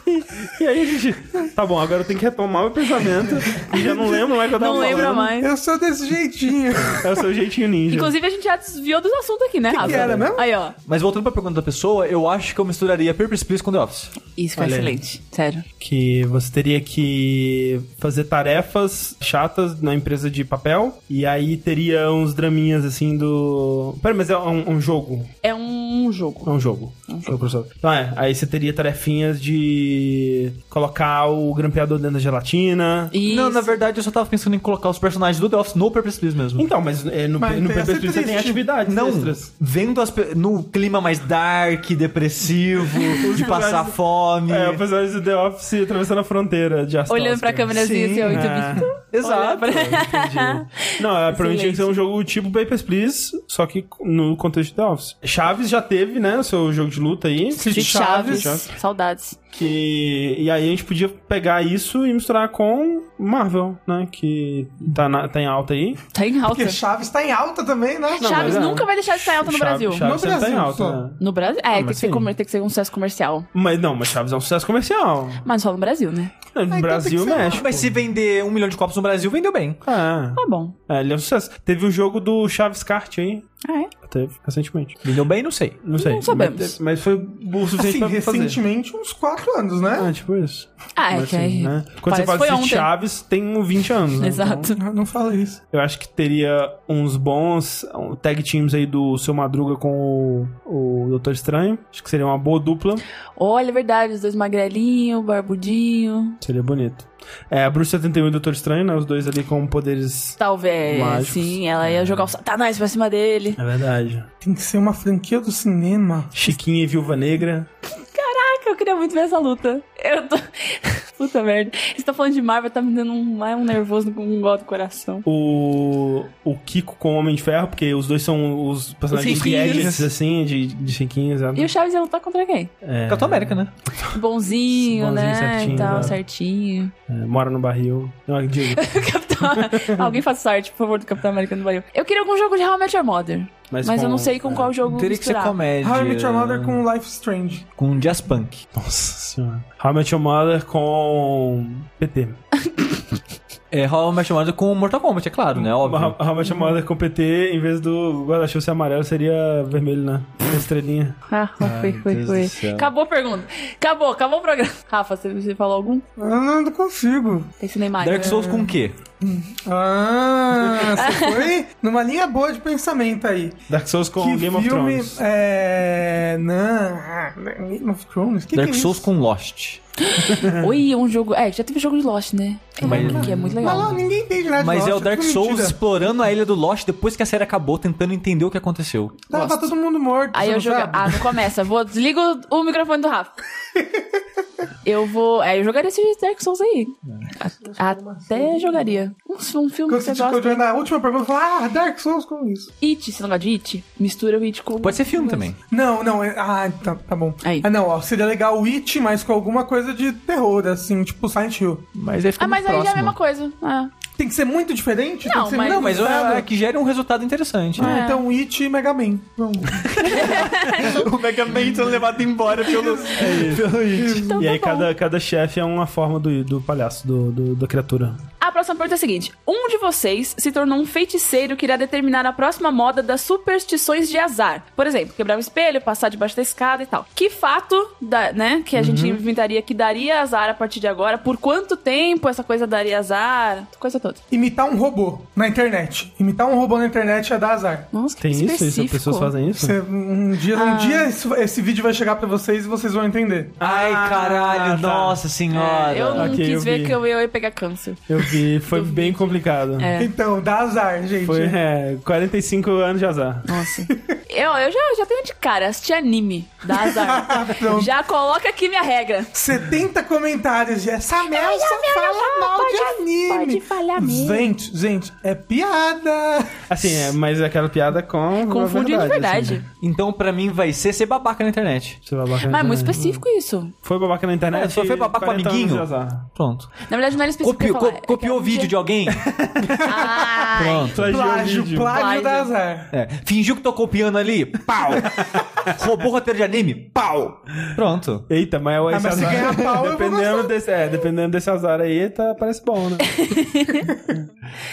[SPEAKER 2] E, e aí a gente. Tá bom, agora eu tenho que retomar meu pensamento. E já não lembro mais o que eu tava
[SPEAKER 1] Não lembra
[SPEAKER 2] falando.
[SPEAKER 1] mais.
[SPEAKER 3] Eu sou desse jeitinho.
[SPEAKER 2] É o seu jeitinho ninja.
[SPEAKER 1] Inclusive, a gente já desviou dos assuntos aqui, né, Rafa?
[SPEAKER 3] era mesmo?
[SPEAKER 1] Aí, ó.
[SPEAKER 4] Mas voltando pra pergunta da pessoa, eu acho que eu misturaria Purpose Please com The Office.
[SPEAKER 1] Isso foi
[SPEAKER 2] Olha aí.
[SPEAKER 1] excelente. Sério.
[SPEAKER 2] que você teria que fazer tarefas chatas na empresa de papel e aí teria uns draminhas assim do. Pera, mas é um, um jogo.
[SPEAKER 1] É um jogo.
[SPEAKER 2] É um jogo. Foi o professor. Então é, aí você teria tarefinhas de colocar o grampeador dentro da gelatina.
[SPEAKER 1] Isso.
[SPEAKER 4] Não, na verdade, eu só tava pensando em colocar os personagens do The Office no Purpose Please mesmo.
[SPEAKER 2] Então, mas é, no,
[SPEAKER 3] Mas
[SPEAKER 2] no
[SPEAKER 3] tem
[SPEAKER 2] Paper
[SPEAKER 3] essa
[SPEAKER 2] Street você tem
[SPEAKER 3] triste.
[SPEAKER 2] atividades
[SPEAKER 4] Não,
[SPEAKER 2] extras.
[SPEAKER 4] vendo as pe- no clima mais dark, depressivo, de passar
[SPEAKER 2] personagens-
[SPEAKER 4] fome.
[SPEAKER 2] É, o personagem do The Office atravessando a fronteira de Astasca.
[SPEAKER 1] Olhando pra câmerazinha
[SPEAKER 4] Sim,
[SPEAKER 1] assim, ó. muito
[SPEAKER 2] é.
[SPEAKER 1] bonito.
[SPEAKER 4] Exato.
[SPEAKER 2] Entendi. Não, é, pra mim tinha que ser um jogo tipo Papers, Please, só que no contexto da Office. Chaves já teve, né, o seu jogo de luta aí.
[SPEAKER 1] Street Chaves.
[SPEAKER 2] Chaves.
[SPEAKER 1] Saudades.
[SPEAKER 2] Que... E aí a gente podia pegar isso e misturar com Marvel, né? Que tá, na- tá em alta aí.
[SPEAKER 1] Tá em alta.
[SPEAKER 3] Porque Chaves tá em alta também, né?
[SPEAKER 2] Não,
[SPEAKER 1] Chaves
[SPEAKER 2] mas é.
[SPEAKER 1] nunca vai deixar de estar em alta no
[SPEAKER 2] Chaves-
[SPEAKER 1] Brasil.
[SPEAKER 2] Chaves
[SPEAKER 3] No
[SPEAKER 2] sempre tá em
[SPEAKER 3] Brasil,
[SPEAKER 2] alta.
[SPEAKER 3] só.
[SPEAKER 2] né?
[SPEAKER 1] No Brasil? É, tem, que
[SPEAKER 2] mas
[SPEAKER 1] ser
[SPEAKER 2] sim.
[SPEAKER 1] comer, tem que ser um sucesso comercial.
[SPEAKER 2] Mas não, mas Chaves é um sucesso comercial.
[SPEAKER 1] Mas só no Brasil, né?
[SPEAKER 2] No
[SPEAKER 3] então tem que
[SPEAKER 2] Brasil,
[SPEAKER 3] ser lá.
[SPEAKER 2] México.
[SPEAKER 4] Mas se vender um milhão de copos no Brasil, vendeu bem.
[SPEAKER 2] É.
[SPEAKER 1] Tá bom.
[SPEAKER 2] É, ele é um sucesso. Teve o jogo do Chaves Kart aí.
[SPEAKER 1] Ah, é?
[SPEAKER 2] Teve recentemente.
[SPEAKER 4] Vendeu bem, não sei.
[SPEAKER 2] Não sei.
[SPEAKER 1] Não sabemos.
[SPEAKER 2] Mas, teve- mas foi o
[SPEAKER 3] Assim,
[SPEAKER 2] suficiente pra fazer.
[SPEAKER 3] recentemente, uns 4 anos, né?
[SPEAKER 2] Ah, tipo isso.
[SPEAKER 1] Ah, é
[SPEAKER 2] Mas,
[SPEAKER 1] que
[SPEAKER 2] assim,
[SPEAKER 1] aí.
[SPEAKER 2] né? Quando
[SPEAKER 1] parece
[SPEAKER 2] você fala
[SPEAKER 1] foi
[SPEAKER 2] assim,
[SPEAKER 1] ontem.
[SPEAKER 2] Chaves, tem 20 anos. né? Então,
[SPEAKER 1] Exato.
[SPEAKER 3] Não, não fala isso.
[SPEAKER 2] Eu acho que teria uns bons um, tag teams aí do Seu Madruga com o, o Doutor Estranho. Acho que seria uma boa dupla.
[SPEAKER 1] Olha, é verdade, os dois magrelinho, barbudinho.
[SPEAKER 2] Seria bonito. É, a Bruce 71 e o Doutor Estranho, né? Os dois ali com poderes...
[SPEAKER 1] Talvez,
[SPEAKER 2] Mágicos.
[SPEAKER 1] sim. Ela ia jogar o satanás pra cima dele.
[SPEAKER 2] É verdade.
[SPEAKER 3] Tem que ser uma franquia do cinema.
[SPEAKER 2] Chiquinha e Viúva Negra.
[SPEAKER 1] Caraca, eu queria muito ver essa luta. Eu tô... Puta merda. Você tá falando de Marvel, tá me dando um, um nervoso com um gol do coração.
[SPEAKER 2] O, o Kiko com o Homem de Ferro, porque os dois são os personagens
[SPEAKER 1] Os
[SPEAKER 2] de
[SPEAKER 1] riquinhos.
[SPEAKER 2] gadgets, assim, de, de chiquinhos.
[SPEAKER 1] E o Chaves ia lutar contra quem?
[SPEAKER 2] É,
[SPEAKER 4] Capitão América, né?
[SPEAKER 1] Bonzinho,
[SPEAKER 2] Bonzinho,
[SPEAKER 1] né?
[SPEAKER 2] certinho,
[SPEAKER 1] e tal,
[SPEAKER 2] né?
[SPEAKER 1] certinho.
[SPEAKER 2] é, mora no barril. Não, digo,
[SPEAKER 1] Capitão... Alguém faça sorte, por favor, do Capitão América no Brasil. Eu queria algum jogo de How I Met Your Mother. Mas, eu não sei com
[SPEAKER 2] é.
[SPEAKER 1] qual jogo
[SPEAKER 4] Ah, Teria que ser
[SPEAKER 1] misturar.
[SPEAKER 4] comédia.
[SPEAKER 3] How I Met Your Mother com Life is Strange.
[SPEAKER 4] Com jazz punk.
[SPEAKER 2] Nossa senhora. How I Met Your Mother com PT.
[SPEAKER 4] É, How I Met Your Mother com Mortal Kombat, é claro, né? Óbvio.
[SPEAKER 2] How How I Met Your Mother com PT, em vez do guarda-chuva ser amarelo, seria vermelho, né? Uma estrelinha.
[SPEAKER 1] Ah, foi, foi,
[SPEAKER 4] Deus
[SPEAKER 1] foi.
[SPEAKER 4] do céu.
[SPEAKER 1] Acabou a pergunta. Acabou, acabou o programa. Rafa, você, você falou algum?
[SPEAKER 3] Eu não não consigo.
[SPEAKER 1] Esse Neymar.
[SPEAKER 4] Dark Souls com o quê?
[SPEAKER 3] Ah, você foi numa linha boa de pensamento aí.
[SPEAKER 2] Dark Souls com
[SPEAKER 3] que
[SPEAKER 2] Game of
[SPEAKER 3] filme,
[SPEAKER 2] Thrones.
[SPEAKER 3] É. Não. Game of Thrones? Que
[SPEAKER 4] Dark
[SPEAKER 3] que é
[SPEAKER 4] Souls
[SPEAKER 3] isso?
[SPEAKER 4] com Lost.
[SPEAKER 1] Oi, é um jogo. É, já teve jogo de Lost, né?
[SPEAKER 4] um. Mas-
[SPEAKER 1] que é muito
[SPEAKER 3] Mas
[SPEAKER 1] legal.
[SPEAKER 3] não, ninguém entende nada de
[SPEAKER 4] Mas é o
[SPEAKER 3] Lost,
[SPEAKER 4] Dark
[SPEAKER 3] tudo
[SPEAKER 4] Souls
[SPEAKER 3] mentira.
[SPEAKER 4] explorando a ilha do Lost depois que a série acabou, tentando entender o que aconteceu.
[SPEAKER 3] Tava
[SPEAKER 1] Gosto.
[SPEAKER 3] todo mundo morto.
[SPEAKER 1] Aí
[SPEAKER 3] você
[SPEAKER 1] eu
[SPEAKER 3] não
[SPEAKER 1] jogo.
[SPEAKER 3] sabe?
[SPEAKER 1] Ah, não começa. Vou, desligo o microfone do Rafa. eu vou. É, eu jogaria esse Dark Souls aí.
[SPEAKER 4] É.
[SPEAKER 1] A- até jogaria. Um, um filme
[SPEAKER 3] Quando
[SPEAKER 1] que você
[SPEAKER 3] você ficou
[SPEAKER 1] gosta.
[SPEAKER 3] de- na última pergunta, fala, ah, Dark Souls com isso.
[SPEAKER 1] It, esse negócio de It, mistura o It com.
[SPEAKER 4] Pode ser filme também.
[SPEAKER 3] Não, não, é- ah, tá, tá bom.
[SPEAKER 1] Aí.
[SPEAKER 3] Ah, não, ó, seria legal o It, mas com alguma coisa de terror, assim, tipo Silent Hill.
[SPEAKER 4] Mas aí fica
[SPEAKER 1] Ah, mas aí
[SPEAKER 4] muito
[SPEAKER 1] já é a
[SPEAKER 4] próximo.
[SPEAKER 1] mesma coisa. Ah.
[SPEAKER 3] Tem que ser muito diferente?
[SPEAKER 1] Não,
[SPEAKER 3] tem que
[SPEAKER 1] mas-
[SPEAKER 3] ser muito
[SPEAKER 4] Não, mas
[SPEAKER 3] usado?
[SPEAKER 4] é, é que gera um resultado interessante.
[SPEAKER 3] Ah,
[SPEAKER 1] É.
[SPEAKER 3] então It e Mega Man. Vamos.
[SPEAKER 4] o Mega Man sendo levado embora pelo...
[SPEAKER 1] Então tá
[SPEAKER 2] E aí
[SPEAKER 1] bom.
[SPEAKER 2] cada, cada chefe é uma forma do, do palhaço, do, do- da criatura.
[SPEAKER 1] A próxima pergunta é a seguinte: Um de vocês se tornou um feiticeiro que irá determinar a próxima moda das superstições de azar. Por exemplo, quebrar um espelho, passar debaixo da escada e tal. Que fato, da- né, que a
[SPEAKER 2] Uhum.
[SPEAKER 1] gente inventaria que daria azar a partir de agora? Por quanto tempo essa coisa daria azar? Coisa toda.
[SPEAKER 3] Imitar um robô na internet. Imitar um robô na internet é dar azar.
[SPEAKER 1] Nossa, que
[SPEAKER 2] Tem isso? Isso?
[SPEAKER 1] específico.
[SPEAKER 2] As pessoas fazem isso?
[SPEAKER 3] Você- um dia,
[SPEAKER 1] Ah.
[SPEAKER 3] um dia esse, esse vídeo vai chegar pra vocês e vocês vão entender.
[SPEAKER 4] Ai, caralho,
[SPEAKER 2] Ah, tá.
[SPEAKER 4] nossa senhora.
[SPEAKER 1] É, eu não
[SPEAKER 2] Ok,
[SPEAKER 1] quis
[SPEAKER 2] eu
[SPEAKER 1] ver
[SPEAKER 2] vi.
[SPEAKER 1] que eu ia pegar câncer.
[SPEAKER 2] Eu vi, foi bem complicado.
[SPEAKER 1] É.
[SPEAKER 3] Então, dá azar, gente.
[SPEAKER 2] Foi é, 45 anos de azar.
[SPEAKER 1] Nossa. eu eu já, já tenho de cara, assistir anime, dá azar. já coloca aqui minha regra.
[SPEAKER 3] 70 comentários de essa merda só fala mal de anime.
[SPEAKER 1] pode falar mesmo.
[SPEAKER 3] Gente, gente, é piada.
[SPEAKER 2] Assim, é, mas é aquela piada com.
[SPEAKER 1] Confunde
[SPEAKER 2] a
[SPEAKER 1] de verdade.
[SPEAKER 2] assim.
[SPEAKER 4] Então pra mim vai ser ser babaca na internet.
[SPEAKER 2] Você vai babaca na
[SPEAKER 1] Mas é muito
[SPEAKER 2] internet.
[SPEAKER 1] específico isso.
[SPEAKER 2] Foi babaca na internet.
[SPEAKER 4] É, só foi babaca com
[SPEAKER 2] 40 anos
[SPEAKER 4] amiguinho.
[SPEAKER 2] de azar.
[SPEAKER 4] Pronto.
[SPEAKER 1] Na verdade, não era específico. que é um eu ia
[SPEAKER 4] Copiou, co-
[SPEAKER 1] falar.
[SPEAKER 4] copiou o vídeo de alguém?
[SPEAKER 1] Ah,
[SPEAKER 4] Pronto.
[SPEAKER 2] Plagiou é o
[SPEAKER 3] Plágio,
[SPEAKER 2] vídeo.
[SPEAKER 1] Plágio.
[SPEAKER 3] plágio dá azar.
[SPEAKER 4] É, fingiu que tô copiando ali? Pau! Roubou o roteiro de anime? Pau! Pronto.
[SPEAKER 2] Eita, mas é o esse
[SPEAKER 3] Ah, mas se
[SPEAKER 2] azar-
[SPEAKER 3] ganhar pau, eu vou
[SPEAKER 2] dependendo
[SPEAKER 3] gostar.
[SPEAKER 2] desse, é, dependendo desse azar aí, tá, parece bom, né?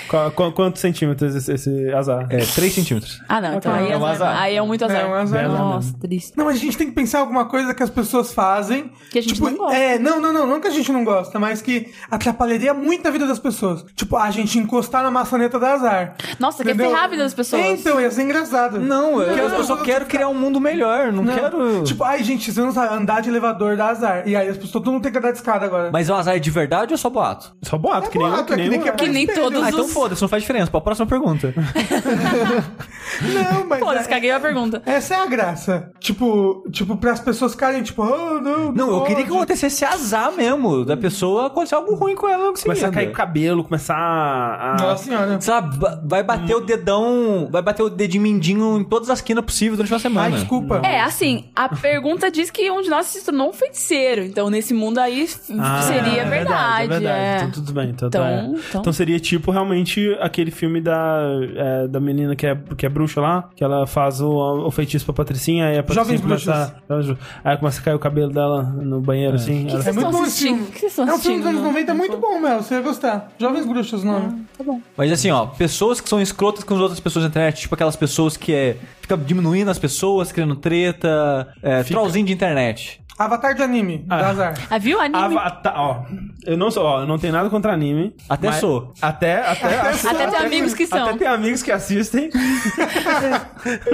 [SPEAKER 2] Qu- qu- quantos centímetros esse, esse azar?
[SPEAKER 4] É, 3 centímetros.
[SPEAKER 1] Ah, não. Então
[SPEAKER 4] tá.
[SPEAKER 1] aí é,
[SPEAKER 4] É um
[SPEAKER 1] azar.
[SPEAKER 4] azar.
[SPEAKER 1] Aí é muito azar.
[SPEAKER 3] É um azar
[SPEAKER 2] mesmo.
[SPEAKER 1] Nossa, triste.
[SPEAKER 3] Não, mas a gente tem que pensar em alguma coisa que as pessoas fazem.
[SPEAKER 1] Que a gente
[SPEAKER 3] tipo,
[SPEAKER 1] não gosta.
[SPEAKER 3] É, não, não, não, não que a gente não gosta, mas que atrapalharia muito a vida das pessoas. Tipo, a gente encostar na maçaneta dá azar.
[SPEAKER 1] Nossa, quer ser
[SPEAKER 3] Entendeu?
[SPEAKER 1] rápido das pessoas.
[SPEAKER 3] É, então, ia ser engraçado.
[SPEAKER 4] Não, eu,
[SPEAKER 3] Não.
[SPEAKER 4] eu só quero criar um mundo melhor, não, quero...
[SPEAKER 3] Tipo, ai, gente, você não sabe andar de elevador dá azar. E aí, as pessoas, todo mundo tem que andar de escada agora.
[SPEAKER 4] Mas é um azar de verdade ou só boato?
[SPEAKER 2] Só boato,
[SPEAKER 3] É
[SPEAKER 2] que nem
[SPEAKER 3] boato,
[SPEAKER 2] que
[SPEAKER 3] é que
[SPEAKER 2] nem
[SPEAKER 3] nem
[SPEAKER 2] boato.
[SPEAKER 3] quebra-
[SPEAKER 1] que nem
[SPEAKER 3] espelho.
[SPEAKER 1] todos
[SPEAKER 4] Ah, então
[SPEAKER 1] os...
[SPEAKER 4] foda-se, não faz diferença. Pra próxima pergunta.
[SPEAKER 3] Não, mas.
[SPEAKER 1] Foda-se,
[SPEAKER 3] é-
[SPEAKER 1] caguei a pergunta.
[SPEAKER 3] Essa é a graça. Tipo, tipo, pras pessoas ficarem, tipo, oh, não.
[SPEAKER 4] Não, eu queria que
[SPEAKER 3] pode."
[SPEAKER 4] acontecesse esse azar mesmo, da pessoa acontecer algo ruim com ela.
[SPEAKER 2] Começar a cair cabelo, começar a.
[SPEAKER 3] Nossa senhora.
[SPEAKER 4] Sabe, ba- vai bater o dedão, vai bater o dedinho mindinho em todas as quinas possíveis durante uma
[SPEAKER 3] Ai,
[SPEAKER 4] semana.
[SPEAKER 3] desculpa.
[SPEAKER 1] É, assim, a pergunta diz que um de nós se tornou um feiticeiro. Então, nesse mundo aí, f-
[SPEAKER 2] Ah,
[SPEAKER 1] seria
[SPEAKER 2] é
[SPEAKER 1] verdade.
[SPEAKER 2] é verdade.
[SPEAKER 1] é.
[SPEAKER 2] Então tudo bem. Então,
[SPEAKER 1] Então,
[SPEAKER 2] tá, é.
[SPEAKER 1] então-
[SPEAKER 2] Então seria tipo realmente aquele filme da, é, da menina que é, que é bruxa lá, que ela faz o, o feitiço pra Patricinha aí a Patricinha
[SPEAKER 3] Jovens
[SPEAKER 2] começa, aí começa a cair o cabelo dela no banheiro assim.
[SPEAKER 1] O que
[SPEAKER 2] ela-
[SPEAKER 1] vocês
[SPEAKER 3] É muito
[SPEAKER 1] estão
[SPEAKER 3] bom esse
[SPEAKER 1] assistindo?
[SPEAKER 3] filme.
[SPEAKER 1] O que vocês estão
[SPEAKER 3] É um filme
[SPEAKER 1] assistindo?
[SPEAKER 3] dos anos 90 muito bom, Mel. Você ia gostar. Jovens Bruxas, o nome.
[SPEAKER 4] Mas assim, ó, pessoas que são escrotas com as outras pessoas na internet, tipo aquelas pessoas que é, fica diminuindo as pessoas, criando treta, é, trollzinho de internet.
[SPEAKER 3] Avatar de anime, da Azar.
[SPEAKER 1] Ah, viu? Anime.
[SPEAKER 2] Avatar, ó. Eu não sou, ó, eu não tenho nada contra anime.
[SPEAKER 4] Até
[SPEAKER 2] mas-
[SPEAKER 4] sou.
[SPEAKER 2] Até, até,
[SPEAKER 1] Até tem amigos que são.
[SPEAKER 2] Até tem amigos que assistem.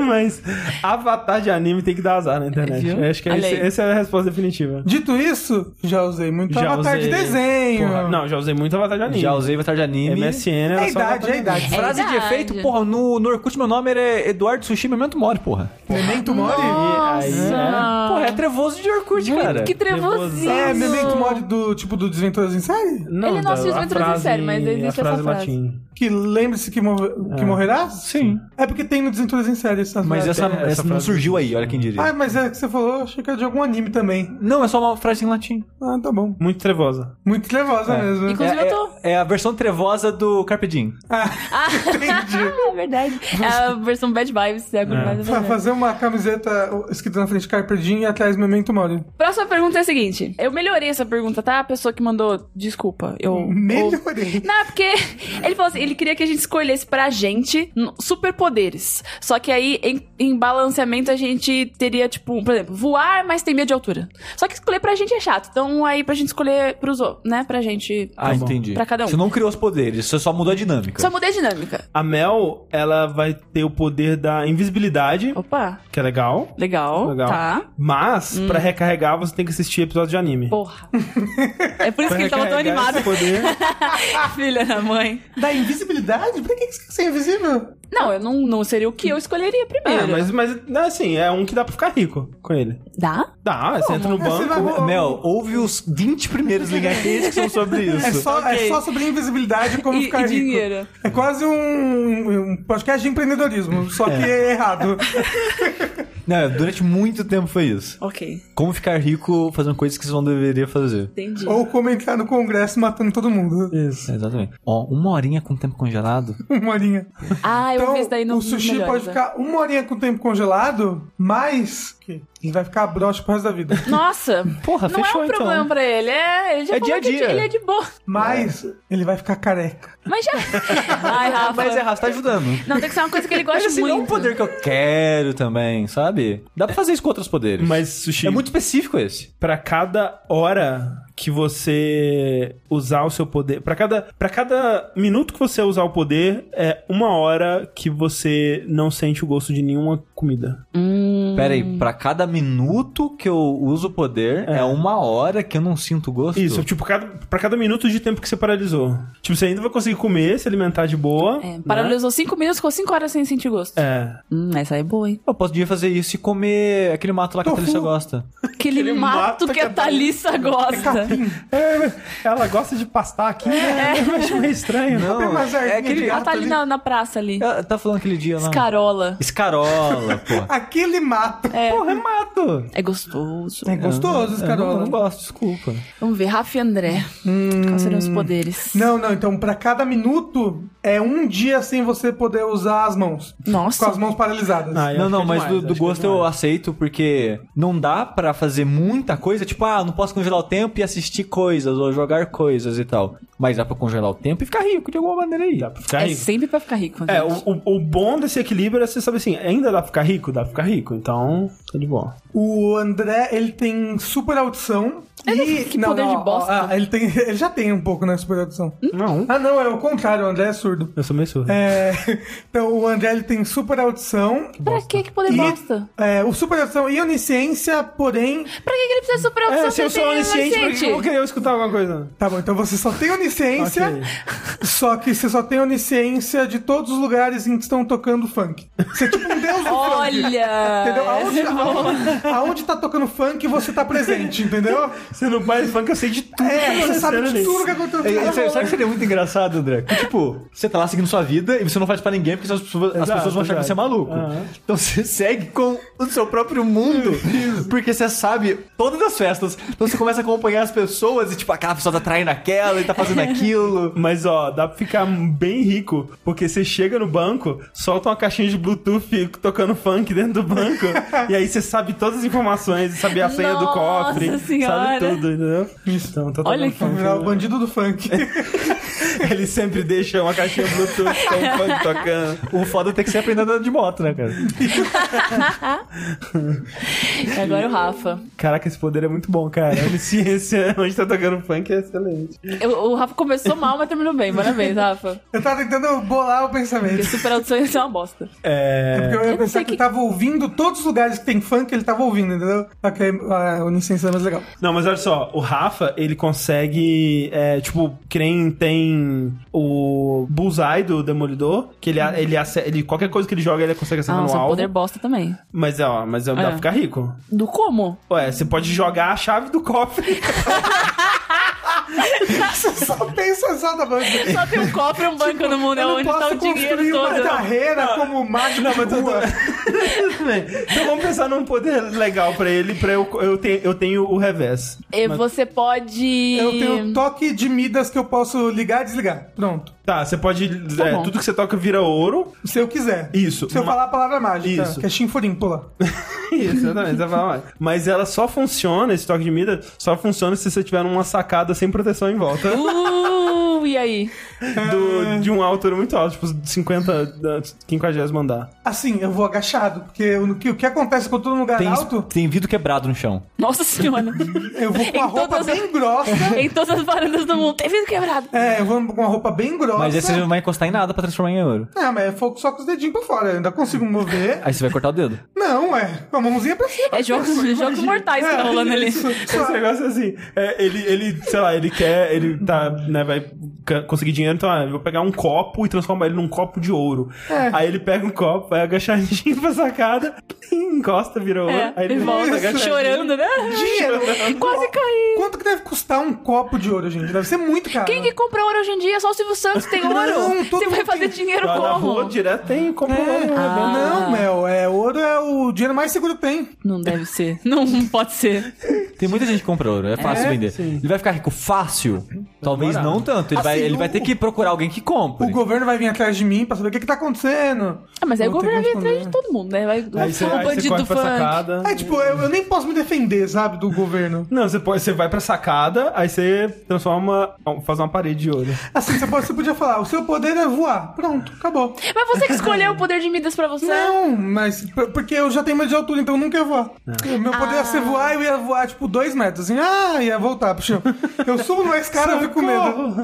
[SPEAKER 2] mas avatar de anime tem que dar azar na internet.
[SPEAKER 1] Viu?
[SPEAKER 2] Eu acho que
[SPEAKER 1] Olha
[SPEAKER 2] esse-
[SPEAKER 1] aí.
[SPEAKER 2] essa é a resposta definitiva.
[SPEAKER 3] Dito isso, já usei muito Avatar de desenho.
[SPEAKER 2] Porra, não, já usei muito avatar de anime.
[SPEAKER 4] Já usei avatar de anime.
[SPEAKER 2] MSN era
[SPEAKER 3] É a
[SPEAKER 2] só
[SPEAKER 3] idade,
[SPEAKER 2] avatar
[SPEAKER 3] é a
[SPEAKER 2] de
[SPEAKER 3] idade.
[SPEAKER 1] É
[SPEAKER 4] Frase de
[SPEAKER 1] verdade.
[SPEAKER 4] efeito, porra, no, no Orkut meu nome era Eduardo Sushi Memento Mori, porra.
[SPEAKER 3] Memento Mori?
[SPEAKER 2] anime. E aí, é.
[SPEAKER 1] Nossa.
[SPEAKER 4] Porra, é trevoso de Orkut, cara.
[SPEAKER 1] Ah. que trevosinho.
[SPEAKER 3] É, Memento Mori do tipo do Desventuras em Série?
[SPEAKER 2] Não,
[SPEAKER 1] Ele não
[SPEAKER 2] da-
[SPEAKER 1] assiste
[SPEAKER 2] a
[SPEAKER 1] muito Três em
[SPEAKER 2] frase-
[SPEAKER 1] Série, mas existe
[SPEAKER 2] a
[SPEAKER 1] essa
[SPEAKER 2] frase é em
[SPEAKER 1] frase.
[SPEAKER 2] latim.
[SPEAKER 3] Que lembre-se que, mo- que morrerá?
[SPEAKER 4] Sim.
[SPEAKER 3] É porque tem no Desventuras em Série essa
[SPEAKER 4] Mas
[SPEAKER 3] frase.
[SPEAKER 4] essa,
[SPEAKER 2] essa
[SPEAKER 4] essa não
[SPEAKER 2] frase-
[SPEAKER 4] surgiu aí, olha quem diria.
[SPEAKER 3] Ah, mas é que você falou, achei que era de algum anime também.
[SPEAKER 4] não, é só uma frase em latim.
[SPEAKER 3] Ah, tá bom.
[SPEAKER 2] Muito trevosa.
[SPEAKER 3] Muito trevosa mesmo. né?
[SPEAKER 1] E com- Inclusive,
[SPEAKER 4] é,
[SPEAKER 1] eu tô-
[SPEAKER 4] é, é a versão trevosa do Carpe Diem.
[SPEAKER 1] Ah, é verdade. É a versão Bad Vibes. É a coisa mais
[SPEAKER 3] Fa- fazer uma camiseta escrita na frente Carpe Diem e atrás Memento Mori.
[SPEAKER 1] Próxima pergunta é a seguinte. Eu melhorei essa pergunta, tá? A pessoa que mandou, desculpa, eu...
[SPEAKER 3] Melhorei.
[SPEAKER 1] Não, é porque ele falou assim, ele queria que a gente escolhesse pra gente n- superpoderes. Só que aí, em, em balanceamento, a gente teria, tipo, por exemplo, voar, mas tem medo de altura. Só que escolher pra gente é chato. Então, aí, pra gente escolher pros outros, né? Pra gente...
[SPEAKER 4] Ah, entendi.
[SPEAKER 1] Pra cada um.
[SPEAKER 4] Você não criou os poderes, você só mudou a dinâmica.
[SPEAKER 1] Só mudei a dinâmica.
[SPEAKER 2] A Mel, ela vai ter o poder da invisibilidade,
[SPEAKER 1] Opa,
[SPEAKER 2] que é legal.
[SPEAKER 1] legal,
[SPEAKER 2] Legal.
[SPEAKER 1] tá.
[SPEAKER 2] Mas, pra recarregar, você tem que assistir episódio de anime.
[SPEAKER 1] Porra. É por isso
[SPEAKER 2] Pra
[SPEAKER 1] que ele tava tão
[SPEAKER 2] recarregar
[SPEAKER 1] animado. Ah,
[SPEAKER 2] esse poder.
[SPEAKER 1] Filha da mãe.
[SPEAKER 3] Da invisibilidade? Pra que que você é invisível?
[SPEAKER 1] Não, eu não, não seria o que eu escolheria primeiro.
[SPEAKER 2] Ah, mas, mas né, assim, é um que dá pra ficar rico com ele.
[SPEAKER 1] Dá?
[SPEAKER 2] Dá, você entra no
[SPEAKER 3] Mas você vai
[SPEAKER 2] banco.
[SPEAKER 3] roubar-
[SPEAKER 4] Mel, ouve os 20 primeiros ligaquês que são sobre isso.
[SPEAKER 3] É só,
[SPEAKER 1] Ok.
[SPEAKER 3] é só sobre invisibilidade e como
[SPEAKER 1] E,
[SPEAKER 3] ficar
[SPEAKER 1] e
[SPEAKER 3] rico.
[SPEAKER 1] dinheiro.
[SPEAKER 3] É quase um, um podcast de empreendedorismo, só que é errado.
[SPEAKER 4] Não, durante muito tempo foi isso.
[SPEAKER 1] Ok,
[SPEAKER 4] Como ficar rico fazendo coisas que você não deveria fazer.
[SPEAKER 1] entendi.
[SPEAKER 3] Ou como entrar no congresso matando todo mundo.
[SPEAKER 2] Isso.
[SPEAKER 4] É, Exatamente. Ó, uma horinha com o tempo congelado.
[SPEAKER 3] Uma horinha.
[SPEAKER 1] Ah, eu
[SPEAKER 3] Então,
[SPEAKER 1] vi isso daí no
[SPEAKER 3] o sushi
[SPEAKER 1] melhores,
[SPEAKER 3] pode
[SPEAKER 1] né?
[SPEAKER 3] ficar uma horinha com o tempo congelado, mas que ele vai ficar broxa pro resto da vida.
[SPEAKER 1] Nossa,
[SPEAKER 4] Porra,
[SPEAKER 1] não
[SPEAKER 4] fechou
[SPEAKER 1] é um
[SPEAKER 4] então.
[SPEAKER 1] problema pra ele. É, ele já
[SPEAKER 4] É
[SPEAKER 1] falou
[SPEAKER 4] dia a
[SPEAKER 1] que
[SPEAKER 4] dia.
[SPEAKER 1] ele é de boa.
[SPEAKER 3] Mas ele vai ficar careca.
[SPEAKER 1] Mas já. Ai, Rafa.
[SPEAKER 4] Mas é Rafa, tá ajudando.
[SPEAKER 1] Não, tem que ser uma coisa que ele
[SPEAKER 4] Mas
[SPEAKER 1] gosta
[SPEAKER 4] assim, não é um
[SPEAKER 1] muito.
[SPEAKER 4] poder que eu quero também, sabe? Dá pra fazer isso com outros poderes.
[SPEAKER 2] Mas, Sushi,
[SPEAKER 4] É muito específico esse.
[SPEAKER 2] pra cada hora que você usar o seu poder, Pra cada para cada minuto que você usar o poder, é uma hora que você não sente o gosto de nenhuma comida.
[SPEAKER 1] Hum,
[SPEAKER 4] Pera aí, pra cada minuto que eu uso o poder, é, uma hora que eu não sinto gosto?
[SPEAKER 2] Isso, tipo, cada, pra cada minuto de tempo que você paralisou. Tipo, você ainda vai conseguir comer, se alimentar de boa.
[SPEAKER 1] é,
[SPEAKER 2] né?
[SPEAKER 1] paralisou cinco minutos, ficou cinco horas sem sentir gosto.
[SPEAKER 2] É.
[SPEAKER 1] Hum, essa aí é boa, hein?
[SPEAKER 4] Eu posso devia fazer isso e comer aquele mato lá que a
[SPEAKER 3] Tofu.
[SPEAKER 4] Thalissa gosta.
[SPEAKER 1] Aquele
[SPEAKER 2] Ele
[SPEAKER 1] mato
[SPEAKER 2] mata
[SPEAKER 1] que a
[SPEAKER 2] cada-
[SPEAKER 1] Thalissa
[SPEAKER 3] Tá
[SPEAKER 1] gosta.
[SPEAKER 2] É, Ela gosta de pastar aqui,
[SPEAKER 1] É.
[SPEAKER 2] né? Eu acho meio estranho.
[SPEAKER 3] Tem
[SPEAKER 4] Não,
[SPEAKER 3] umas
[SPEAKER 4] é
[SPEAKER 3] ervinhas
[SPEAKER 4] aquele...
[SPEAKER 3] de
[SPEAKER 1] Ela
[SPEAKER 3] gato
[SPEAKER 1] tá ali na, na praça ali.
[SPEAKER 4] Ela tá falando aquele dia lá.
[SPEAKER 1] Escarola.
[SPEAKER 4] Escarola, porra.
[SPEAKER 3] Aquele mato.
[SPEAKER 1] É,
[SPEAKER 4] Porra, é mato.
[SPEAKER 1] é gostoso.
[SPEAKER 3] É gostoso,
[SPEAKER 4] Eu não, eu
[SPEAKER 3] Escarola.
[SPEAKER 4] não gosto, desculpa.
[SPEAKER 1] Vamos ver, Rafa e André. Quais serão os poderes?
[SPEAKER 3] Não, não, então pra cada minuto é um dia sem você poder usar as mãos. Com
[SPEAKER 1] Nossa.
[SPEAKER 3] as mãos paralisadas.
[SPEAKER 2] Ah, eu
[SPEAKER 4] não,
[SPEAKER 2] acho que
[SPEAKER 4] não,
[SPEAKER 2] é
[SPEAKER 4] mas
[SPEAKER 2] demais,
[SPEAKER 4] do, do
[SPEAKER 2] acho que é
[SPEAKER 4] gosto eu
[SPEAKER 2] demais.
[SPEAKER 4] aceito, porque não dá pra fazer muita coisa. Tipo, ah, não posso congelar o tempo e assistir coisas, ou jogar coisas e tal. Mas dá pra congelar o tempo e ficar rico de alguma maneira aí.
[SPEAKER 2] Dá pra ficar
[SPEAKER 1] É
[SPEAKER 2] rico.
[SPEAKER 1] sempre pra ficar rico.
[SPEAKER 2] É,
[SPEAKER 1] gente.
[SPEAKER 2] o, o, o bom desse equilíbrio é você saber assim, ainda dá pra ficar rico? Dá pra ficar rico, então tá de boa.
[SPEAKER 3] O André, ele tem super audição. e...
[SPEAKER 1] que poder de bosta.
[SPEAKER 3] ah, ele, tem... ele já tem um pouco, né? Super audição.
[SPEAKER 2] Não,
[SPEAKER 3] Ah, não, é o contrário, o André é surdo.
[SPEAKER 2] eu sou meio surdo.
[SPEAKER 3] É, então, o André ele tem super audição.
[SPEAKER 1] Pra que que poder
[SPEAKER 3] E-
[SPEAKER 1] bosta?
[SPEAKER 3] É, o super audição e onisciência, porém.
[SPEAKER 1] Pra que, que ele precisa de super opção
[SPEAKER 2] É, se eu sou
[SPEAKER 1] tem
[SPEAKER 2] onisciente, por que eu vou
[SPEAKER 1] onisciente?
[SPEAKER 2] querer escutar alguma coisa?
[SPEAKER 3] Tá bom, então você só tem onisciência,
[SPEAKER 2] Ok.
[SPEAKER 3] só que você só tem onisciência de todos os lugares em que estão tocando funk. Você é tipo um deus do funk.
[SPEAKER 1] Olha!
[SPEAKER 3] Entendeu?
[SPEAKER 1] essa
[SPEAKER 3] Aonde,
[SPEAKER 1] é boa.
[SPEAKER 3] aonde, aonde tá tocando funk, você tá presente, entendeu?
[SPEAKER 2] Você não faz funk, eu sei de tudo. tá
[SPEAKER 3] É, você sabe
[SPEAKER 2] acontecendo
[SPEAKER 3] de
[SPEAKER 2] nisso.
[SPEAKER 3] tudo que aconteceu. tá
[SPEAKER 4] É, é, sabe-
[SPEAKER 3] Então, Cara,
[SPEAKER 4] sabe que seria muito engraçado, André? Que, tipo, você tá lá seguindo sua vida e você não faz pra ninguém porque as pessoas, as
[SPEAKER 2] Exato,
[SPEAKER 4] pessoas vão achar que
[SPEAKER 2] exato.
[SPEAKER 4] você é maluco.
[SPEAKER 2] Aham.
[SPEAKER 4] Então você segue com o seu próprio mundo porque você sabe todas as festas. Então você começa a acompanhar as pessoas e, tipo, aquela pessoa tá traindo aquela e tá fazendo aquilo.
[SPEAKER 2] Mas ó, dá pra ficar bem rico, porque você chega no banco, solta uma caixinha de Bluetooth tocando funk dentro do banco, e aí você sabe todas as informações, sabe a senha do
[SPEAKER 1] Nossa
[SPEAKER 2] cofre,
[SPEAKER 1] Senhora.
[SPEAKER 2] sabe tudo, entendeu? Então, tá
[SPEAKER 1] Olha
[SPEAKER 2] tocando
[SPEAKER 1] que
[SPEAKER 2] funk,
[SPEAKER 3] É o
[SPEAKER 2] né?
[SPEAKER 3] bandido do funk.
[SPEAKER 2] Ele sempre deixa uma caixinha Bluetooth com um funk tocando.
[SPEAKER 4] O foda é ter que ser aprender a andar de moto, né, cara?
[SPEAKER 1] E agora é o Rafa.
[SPEAKER 2] Caraca, esse poder é muito bom, cara. A onisciência onde tá tocando funk é excelente.
[SPEAKER 1] Eu- o Rafa começou mal, mas terminou bem. Parabéns, Rafa.
[SPEAKER 3] Eu tava tá tentando bolar o pensamento.
[SPEAKER 1] Porque super audição ia ser uma bosta.
[SPEAKER 2] É.
[SPEAKER 3] Porque eu
[SPEAKER 1] não
[SPEAKER 3] ia
[SPEAKER 1] sei
[SPEAKER 3] pensar que,
[SPEAKER 1] que-
[SPEAKER 3] ele tava ouvindo todos os lugares que tem funk, ele tava ouvindo, entendeu? Ok, a Unicência é mais legal.
[SPEAKER 2] Não, mas olha só, o Rafa, ele consegue, é, tipo, que nem tem o Bullseye do Demolidor, que ele, ele, ace- ele qualquer coisa que ele joga, ele consegue acertar
[SPEAKER 1] Nossa,
[SPEAKER 2] Tá no
[SPEAKER 1] um
[SPEAKER 2] alvo.
[SPEAKER 1] poder bosta também.
[SPEAKER 2] Mas, ó, mas dá
[SPEAKER 1] É.
[SPEAKER 2] pra ficar rico.
[SPEAKER 1] Do como?
[SPEAKER 2] Ué, você pode jogar a chave do cofre.
[SPEAKER 3] Você só pensa só na banda.
[SPEAKER 1] Só tem um cofre e um banco no mundo, é
[SPEAKER 3] eu
[SPEAKER 1] onde
[SPEAKER 3] não
[SPEAKER 1] tá
[SPEAKER 3] posso
[SPEAKER 1] o dinheiro
[SPEAKER 3] construir uma
[SPEAKER 1] todo.
[SPEAKER 3] carreira como mágico não, mas
[SPEAKER 2] então vamos pensar num poder legal pra ele, pra eu, eu, te- eu tenho o revés.
[SPEAKER 1] E você pode.
[SPEAKER 3] Eu tenho toque de Midas que eu posso ligar e desligar. Pronto.
[SPEAKER 2] Tá, você pode,
[SPEAKER 1] Tá
[SPEAKER 2] é,
[SPEAKER 1] bom.
[SPEAKER 2] tudo que você toca vira ouro.
[SPEAKER 3] Se eu quiser.
[SPEAKER 2] Isso.
[SPEAKER 3] Se eu
[SPEAKER 2] Ma-
[SPEAKER 3] falar a palavra mágica,
[SPEAKER 2] Isso.
[SPEAKER 3] que é chinfurim, pula.
[SPEAKER 2] Isso, exatamente. Você vai falar, "Ué, Mas ela só funciona, esse toque de Midas, só funciona se você tiver uma sacada sem proteção em volta
[SPEAKER 1] Uh, e aí?
[SPEAKER 2] do- de uma altura muito alta, tipo 50, da- 50 andar.
[SPEAKER 3] Assim, eu vou agachado, porque o que, o que acontece quando eu tô num lugar
[SPEAKER 4] Tem,
[SPEAKER 3] Tá alto,
[SPEAKER 4] tem vidro quebrado no chão.
[SPEAKER 1] Nossa senhora.
[SPEAKER 3] eu vou com
[SPEAKER 1] Em
[SPEAKER 3] uma roupa
[SPEAKER 1] todas-
[SPEAKER 3] bem grossa.
[SPEAKER 1] em todas as varandas do mundo. Tem vidro quebrado.
[SPEAKER 3] é, eu vou com uma roupa bem grossa.
[SPEAKER 4] Mas aí você não vai encostar em nada pra transformar em ouro.
[SPEAKER 3] Não, mas é fogo só com os dedinhos pra fora. Eu ainda consigo mover.
[SPEAKER 4] Aí você vai cortar o dedo.
[SPEAKER 3] Não, é. Com a mãozinha pra cima. É
[SPEAKER 1] É jogos, jogos mortais que tá rolando ali.
[SPEAKER 3] Isso,
[SPEAKER 2] Esse
[SPEAKER 3] só-
[SPEAKER 2] negócio é assim, é, ele, ele, sei lá, ele quer, ele tá, né, vai ca- conseguir dinheiro, então, ah, eu vou pegar um copo e transformar ele num copo de ouro. Aí ele pega um copo, vai agachadinho pra sacada, encosta, vira ouro,
[SPEAKER 1] É,
[SPEAKER 2] aí ele volta agachadinho.
[SPEAKER 1] chorando, né?
[SPEAKER 3] Dinheiro.
[SPEAKER 1] Quase caí.
[SPEAKER 3] Quanto que deve custar um copo de ouro, gente? Deve ser muito caro.
[SPEAKER 1] Quem que compra ouro hoje em dia? Só o Silvio Santos tem ouro.
[SPEAKER 3] Tá Não, todo
[SPEAKER 1] Você vai
[SPEAKER 3] mundo
[SPEAKER 1] fazer
[SPEAKER 3] tem.
[SPEAKER 1] dinheiro
[SPEAKER 2] Lá na rua,
[SPEAKER 1] como?
[SPEAKER 2] direto tem como
[SPEAKER 3] É.
[SPEAKER 1] um Ah.
[SPEAKER 3] Não, Mel, é, ouro é o dinheiro mais seguro que tem.
[SPEAKER 1] Não deve ser. Não pode ser.
[SPEAKER 4] Tem muita gente que compra ouro, é fácil vender. Ele vai ficar rico fácil? Talvez
[SPEAKER 2] Demorado.
[SPEAKER 4] não tanto. Ele, vai,
[SPEAKER 3] Assim,
[SPEAKER 4] ele vai
[SPEAKER 3] o-
[SPEAKER 4] ter que procurar alguém que compre.
[SPEAKER 3] O governo vai vir atrás de mim pra saber o que, que tá acontecendo.
[SPEAKER 1] Ah, mas aí o
[SPEAKER 3] Vou ter
[SPEAKER 1] governo
[SPEAKER 3] que
[SPEAKER 1] vem atrás de
[SPEAKER 3] responder.
[SPEAKER 1] todo mundo, né? Vai vai
[SPEAKER 2] Aí você,
[SPEAKER 1] ser um
[SPEAKER 2] aí você
[SPEAKER 1] bandido
[SPEAKER 2] corre
[SPEAKER 1] do
[SPEAKER 2] pra
[SPEAKER 1] funk.
[SPEAKER 2] sacada.
[SPEAKER 3] É, tipo, eu, eu nem posso me defender, sabe, do governo.
[SPEAKER 2] Não, você, pode, você vai pra sacada, aí você transforma, faz uma parede de ouro.
[SPEAKER 3] Assim, você, pode- você podia falar, o seu poder é voar. Pronto, acabou.
[SPEAKER 1] Mas você que escolheu o poder de Midas pra você.
[SPEAKER 3] Não, mas p- porque eu já tenho medo de altura, então eu nunca ia
[SPEAKER 4] É.
[SPEAKER 3] voar. O meu poder
[SPEAKER 1] Ah.
[SPEAKER 3] ia ser voar, eu ia voar, tipo, dois metros, assim, ah, ia voltar pro chão. Eu subo numa escada, eu fico com medo.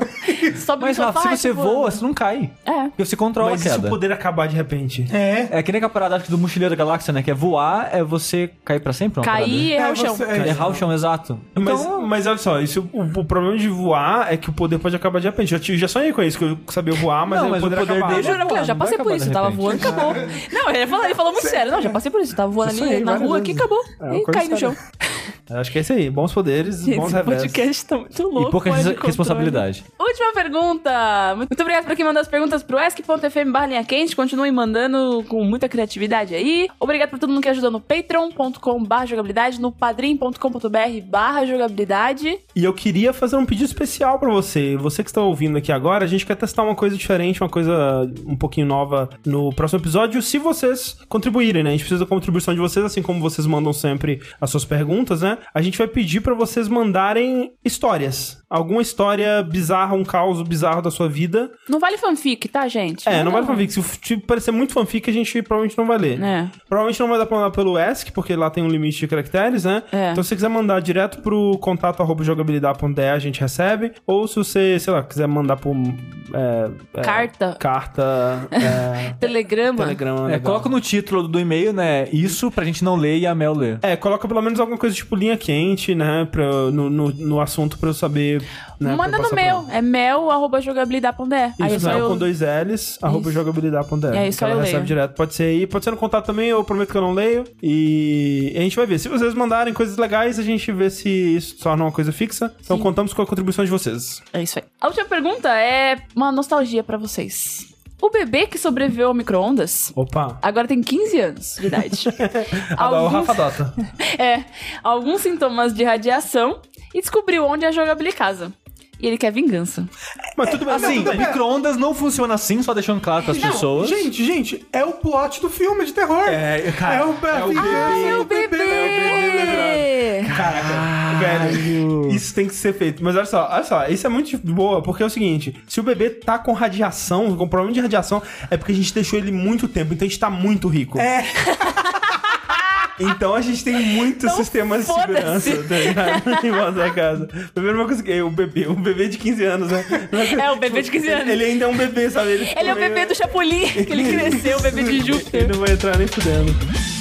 [SPEAKER 1] Sobe
[SPEAKER 4] Mas
[SPEAKER 1] no
[SPEAKER 4] Rafa,
[SPEAKER 1] sofá,
[SPEAKER 4] se
[SPEAKER 1] e tá
[SPEAKER 4] você
[SPEAKER 3] tipo,
[SPEAKER 4] voa,
[SPEAKER 1] voando.
[SPEAKER 4] você não cai.
[SPEAKER 1] É.
[SPEAKER 4] Porque você controla
[SPEAKER 2] Mas
[SPEAKER 4] a
[SPEAKER 2] e se
[SPEAKER 4] queda.
[SPEAKER 2] o poder acabar de repente?
[SPEAKER 3] É.
[SPEAKER 4] É que nem aquela parada acho que do Mochileiro da Galáxia, né? Que é voar, é você cair pra sempre. uma parada,
[SPEAKER 1] Cair e
[SPEAKER 4] né?
[SPEAKER 1] errar
[SPEAKER 3] É,
[SPEAKER 1] o chão.
[SPEAKER 3] você-
[SPEAKER 4] É, Errar o chão, exato.
[SPEAKER 2] Mas,
[SPEAKER 4] Então,
[SPEAKER 2] mas olha só, isso, o, o problema de voar é que o poder pode acabar de repente. Eu já, tive- já sonhei com isso, que eu né? sabia voar, mas,
[SPEAKER 4] Não,
[SPEAKER 2] aí
[SPEAKER 4] mas
[SPEAKER 2] o poder,
[SPEAKER 4] o poder
[SPEAKER 2] acabava.
[SPEAKER 1] Eu
[SPEAKER 4] dele-
[SPEAKER 1] Ah, juro, eu falei, eu já
[SPEAKER 4] Não
[SPEAKER 1] passei
[SPEAKER 4] vai
[SPEAKER 1] por
[SPEAKER 4] acabar
[SPEAKER 1] isso,
[SPEAKER 4] de
[SPEAKER 1] eu tava
[SPEAKER 4] repente.
[SPEAKER 1] voando, acabou. Não, ele falou, ele falou muito sério. Não, já passei por isso, eu tava voando
[SPEAKER 2] Isso
[SPEAKER 1] ali
[SPEAKER 2] aí,
[SPEAKER 1] na
[SPEAKER 2] várias
[SPEAKER 1] rua aqui,
[SPEAKER 2] vezes.
[SPEAKER 1] acabou.
[SPEAKER 2] É,
[SPEAKER 1] e
[SPEAKER 2] uma
[SPEAKER 1] caí no
[SPEAKER 2] coisa
[SPEAKER 1] chão.
[SPEAKER 2] Acho que é isso aí, bons poderes, bons
[SPEAKER 1] Esse
[SPEAKER 2] revés.
[SPEAKER 1] podcast tá muito louco.
[SPEAKER 4] e pouca
[SPEAKER 1] fora de
[SPEAKER 4] res-
[SPEAKER 1] controle.
[SPEAKER 4] responsabilidade.
[SPEAKER 1] Última pergunta. Muito obrigado pra quem mandou as perguntas pro ask.fm barra linha quente. Continuem mandando com muita criatividade aí. Obrigado pra todo mundo que ajudou no patreon.com barra jogabilidade, no padrim.com.br barra jogabilidade.
[SPEAKER 2] E eu queria fazer um pedido especial pra você. Você que está ouvindo aqui agora, a gente quer testar uma coisa diferente, uma coisa um pouquinho nova no próximo episódio, se vocês contribuírem, né? A gente precisa da contribuição de vocês, assim como vocês mandam sempre as suas perguntas, né? A gente vai pedir pra vocês mandarem histórias. Alguma história bizarra, um caos bizarro da sua vida.
[SPEAKER 1] Não vale fanfic, tá, gente?
[SPEAKER 2] É, não vale fanfic. Se te parecer muito fanfic, a gente provavelmente não vai ler.
[SPEAKER 1] É.
[SPEAKER 2] Provavelmente não vai dar pra mandar pelo ESC, porque lá tem um limite de caracteres, né?
[SPEAKER 1] É.
[SPEAKER 2] Então se você quiser mandar direto pro contato arroba jogabilidade.de, a gente recebe. Ou se você, sei lá, quiser mandar por é, é,
[SPEAKER 1] Carta.
[SPEAKER 2] Carta. é,
[SPEAKER 1] Telegrama.
[SPEAKER 2] telegrama.
[SPEAKER 4] É,
[SPEAKER 2] legal.
[SPEAKER 4] coloca no título do e-mail, né? Isso pra gente não ler e a Mel ler.
[SPEAKER 2] É, coloca pelo menos alguma coisa tipo linha quente, né? Pra, no, no, no assunto pra eu saber. Né,
[SPEAKER 1] Manda
[SPEAKER 2] pra
[SPEAKER 1] no
[SPEAKER 2] eu passar pra
[SPEAKER 1] meu.
[SPEAKER 2] ela.
[SPEAKER 1] É mel.jogabilidade.de. Aí é
[SPEAKER 2] Isso,
[SPEAKER 1] só
[SPEAKER 2] Mel
[SPEAKER 1] eu.
[SPEAKER 2] com dois L's, arroba jogabilidade.de.
[SPEAKER 1] É, isso
[SPEAKER 2] que Então, ela
[SPEAKER 1] eu
[SPEAKER 2] recebe
[SPEAKER 1] leio.
[SPEAKER 2] direto. Pode ser aí, pode ser no contato também, eu prometo que eu não leio. E a gente vai ver. Se vocês mandarem coisas legais, a gente vê se isso se torna uma coisa fixa. Então
[SPEAKER 1] Sim.
[SPEAKER 2] contamos com a contribuição de vocês.
[SPEAKER 1] É isso aí. A última pergunta é uma nostalgia pra vocês. O bebê que sobreviveu ao micro-ondas
[SPEAKER 2] Opa.
[SPEAKER 1] agora tem 15 anos de idade.
[SPEAKER 4] Ah,
[SPEAKER 2] Adoro, O
[SPEAKER 1] Alguns-
[SPEAKER 2] Rafa Dota.
[SPEAKER 1] É, alguns sintomas de radiação e descobriu onde a jogabilidade casa. E ele quer vingança.
[SPEAKER 2] Mas tudo bem,
[SPEAKER 4] Assim,
[SPEAKER 2] tudo bem.
[SPEAKER 4] micro-ondas não funciona assim, só deixando claro pras
[SPEAKER 3] Não,
[SPEAKER 4] pessoas.
[SPEAKER 3] Gente, gente, é o plot do filme de terror.
[SPEAKER 4] É, cara,
[SPEAKER 3] É o bebê.
[SPEAKER 4] é o bebê.
[SPEAKER 3] Ah,
[SPEAKER 1] É o
[SPEAKER 3] o bebê.
[SPEAKER 1] bebê!
[SPEAKER 2] Caraca, velho, isso tem que ser feito. Mas olha só, olha só, isso é muito boa, porque é o seguinte: se o bebê tá com radiação, com problema de radiação, é porque a gente deixou ele muito tempo, então a gente tá muito rico.
[SPEAKER 3] É.
[SPEAKER 2] Então a gente tem muitos
[SPEAKER 1] Então,
[SPEAKER 2] sistemas de
[SPEAKER 1] foda-se.
[SPEAKER 2] segurança, tá ligado? Em volta da casa. Primeiro uma coisa que é o bebê, o bebê de 15 anos, né?
[SPEAKER 1] É, o bebê de 15 anos. é
[SPEAKER 2] Ele ainda é um bebê, sabe?
[SPEAKER 1] Ele é o bebê do Chapolin, que ele cresceu, o bebê de Júpiter.
[SPEAKER 2] Ele não vai entrar nem fudendo.